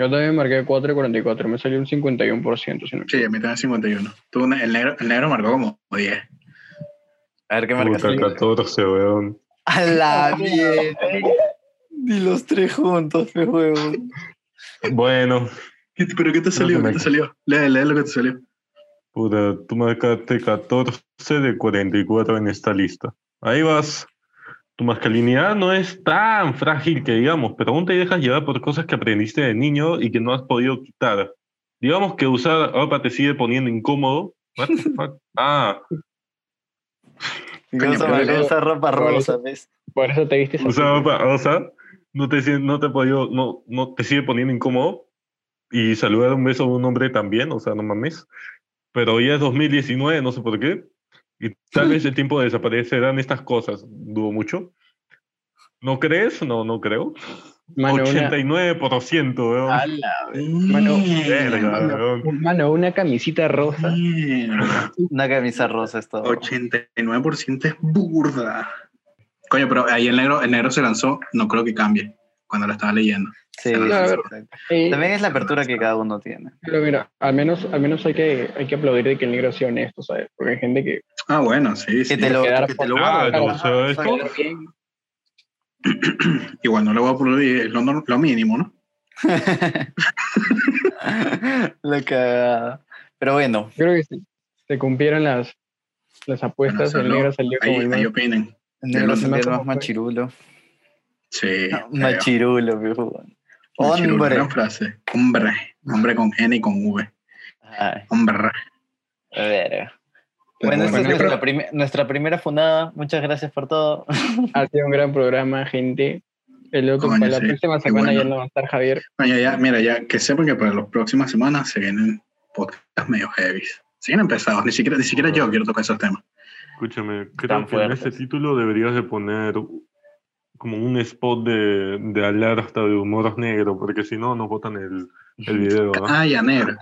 [SPEAKER 2] Yo también marqué 4 de 44, me salió un 51%. Si no.
[SPEAKER 1] Sí, a mí también 51. Tú, el, negro, el negro marcó como 10.
[SPEAKER 3] A ver qué
[SPEAKER 4] Puta,
[SPEAKER 3] marcaste.
[SPEAKER 4] 14, weón.
[SPEAKER 3] A la mierda. Ni los tres juntos, me juego.
[SPEAKER 4] Bueno,
[SPEAKER 1] ¿Pero qué te salió? ¿Qué te salió? Lee, lee lo que te salió.
[SPEAKER 4] puta, tú marcaste 14 de 44 en esta lista. Ahí vas. Tu masculinidad no es tan frágil que digamos, pero aún te dejas llevar por cosas que aprendiste de niño y que no has podido quitar. Digamos que usar ropa te sigue poniendo incómodo. What the fuck? Ah,
[SPEAKER 3] Y
[SPEAKER 1] Coño,
[SPEAKER 3] vas a
[SPEAKER 1] pero
[SPEAKER 3] marcar
[SPEAKER 2] eso-
[SPEAKER 3] esa ropa
[SPEAKER 2] pero
[SPEAKER 3] rosa, ¿ves?
[SPEAKER 2] Por eso te viste esa-
[SPEAKER 4] usar ropa rosa no te, sigue- no te, ha podido- no, no te sigue poniendo incómodo. y saludar un beso a un hombre también, o sea, no mames. Pero ya es 2019, no sé por qué. Y tal vez el tiempo de desaparecerán estas cosas, dudo mucho. ¿No crees? No, no creo.
[SPEAKER 2] Mano, una,
[SPEAKER 4] 89%, weón.
[SPEAKER 2] a la Mano,
[SPEAKER 4] Verga,
[SPEAKER 2] mano.
[SPEAKER 4] weón.
[SPEAKER 2] mano, una camisita rosa.
[SPEAKER 1] Mierda.
[SPEAKER 3] Una camisa rosa es todo.
[SPEAKER 1] 89% es burda. Coño, pero ahí el negro, el negro se lanzó, no creo que cambie cuando lo estaba leyendo.
[SPEAKER 3] Sí,
[SPEAKER 1] Claro,
[SPEAKER 3] sí,
[SPEAKER 2] a ver.
[SPEAKER 3] exacto.
[SPEAKER 2] Eh,
[SPEAKER 3] También es la apertura que cada uno tiene.
[SPEAKER 2] pero mira, al menos, al menos hay, que, hay que aplaudir de que el negro sea honesto, ¿sabes? Porque hay gente que
[SPEAKER 1] Ah, bueno, sí, sí.
[SPEAKER 3] Que te lo,
[SPEAKER 2] quedar
[SPEAKER 3] que te lo
[SPEAKER 2] por-
[SPEAKER 4] Ah,
[SPEAKER 3] guarda.
[SPEAKER 4] no,
[SPEAKER 2] claro.
[SPEAKER 4] o sea,
[SPEAKER 3] Exacto.
[SPEAKER 4] esto-
[SPEAKER 1] Igual no lo voy a aplaudir, es lo, nor- lo mínimo, ¿no?
[SPEAKER 3] La cagada. Pero bueno,
[SPEAKER 2] creo que se, se cumplieron las, las apuestas,
[SPEAKER 1] Bueno,
[SPEAKER 2] el negro salió
[SPEAKER 1] Ahí,
[SPEAKER 2] como el
[SPEAKER 1] ahí
[SPEAKER 2] más-
[SPEAKER 1] opinen.
[SPEAKER 3] el negro
[SPEAKER 1] Sí,
[SPEAKER 3] se
[SPEAKER 2] más
[SPEAKER 3] más
[SPEAKER 2] como fue.
[SPEAKER 3] machirulo.
[SPEAKER 1] Sí. creo.
[SPEAKER 3] Machirulo, viejo.
[SPEAKER 1] Machirulo,
[SPEAKER 3] Hombre.
[SPEAKER 1] gran frase. Hombre. Hombre con N y con V.
[SPEAKER 3] Ay,
[SPEAKER 1] Hombre.
[SPEAKER 3] a ver.
[SPEAKER 1] Pero
[SPEAKER 3] Bueno, esta es
[SPEAKER 1] yo creo-
[SPEAKER 3] nuestra, prime- nuestra primera funada. Muchas gracias por todo.
[SPEAKER 2] Ha sido un gran programa, gente. El otro,
[SPEAKER 1] Coño,
[SPEAKER 2] para la
[SPEAKER 1] sí,
[SPEAKER 2] próxima
[SPEAKER 1] qué
[SPEAKER 2] semana
[SPEAKER 1] bueno.
[SPEAKER 2] ya no va a estar Javier.
[SPEAKER 1] Bueno, ya- ya, mira, ya que sepan que para las próximas semanas se vienen podcasts medio heavy. Siguen empezados, ni siquiera, ni siquiera yo quiero tocar esos temas.
[SPEAKER 4] Escúchame,
[SPEAKER 3] Tan
[SPEAKER 4] creo que en
[SPEAKER 3] fuertes.
[SPEAKER 4] este título deberías de poner como un spot de, de alerta de humor negro, porque si no nos botan el, el video. ¿no?
[SPEAKER 1] Ah, ya negro.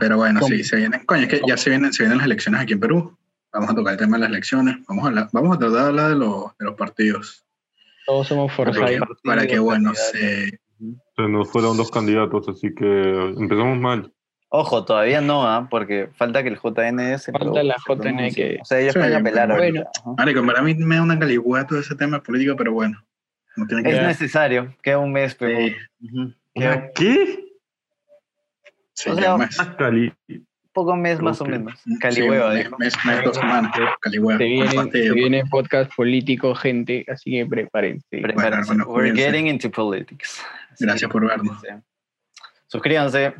[SPEAKER 1] Pero bueno, sí, se vienen. Coño, es que ya se vienen, se vienen las elecciones aquí en Perú. Vamos a tocar el tema de las elecciones. Vamos a, hablar- vamos a tratar de hablar de los, de los partidos.
[SPEAKER 2] Todos somos
[SPEAKER 1] Para que,
[SPEAKER 2] forzados.
[SPEAKER 1] para que, bueno,
[SPEAKER 3] Partidos,
[SPEAKER 1] se.
[SPEAKER 4] Se nos fueron dos candidatos, así que empezamos mal.
[SPEAKER 3] Ojo, todavía no, ¿ah? porque falta que el JN se
[SPEAKER 2] Falta
[SPEAKER 3] pro-
[SPEAKER 2] la
[SPEAKER 3] se
[SPEAKER 2] JN
[SPEAKER 3] pronuncie.
[SPEAKER 2] que-
[SPEAKER 3] O sea, ellos
[SPEAKER 1] Sí,
[SPEAKER 3] pueden apelar
[SPEAKER 1] pero
[SPEAKER 2] bueno.
[SPEAKER 3] ahorita, ajá.
[SPEAKER 1] Marico, para mí me da una caligüeto ese tema político, pero bueno. No tiene que
[SPEAKER 3] Es
[SPEAKER 2] Ya.
[SPEAKER 3] necesario. Queda un mes, pero.
[SPEAKER 1] Sí,
[SPEAKER 3] Ujú. Queda
[SPEAKER 4] ¿Una ¿Qué?
[SPEAKER 1] sí,
[SPEAKER 3] O
[SPEAKER 1] ya
[SPEAKER 3] sea,
[SPEAKER 1] un mes.
[SPEAKER 4] Cali.
[SPEAKER 3] poco mes más o
[SPEAKER 4] Ok.
[SPEAKER 3] menos.
[SPEAKER 1] Sí,
[SPEAKER 3] Calihueva,
[SPEAKER 1] mes-
[SPEAKER 3] dijo.
[SPEAKER 1] mes- mes, dos semanas. Caligüeva.
[SPEAKER 2] Se
[SPEAKER 1] con
[SPEAKER 2] viene, se
[SPEAKER 1] partido.
[SPEAKER 2] viene podcast político, gente, así que prepárense.
[SPEAKER 3] Prepárense.
[SPEAKER 1] bueno,
[SPEAKER 3] We're
[SPEAKER 1] cuídense.
[SPEAKER 3] getting into politics. Así
[SPEAKER 1] Gracias
[SPEAKER 3] que
[SPEAKER 1] por vernos.
[SPEAKER 3] cuídense. Suscríbanse.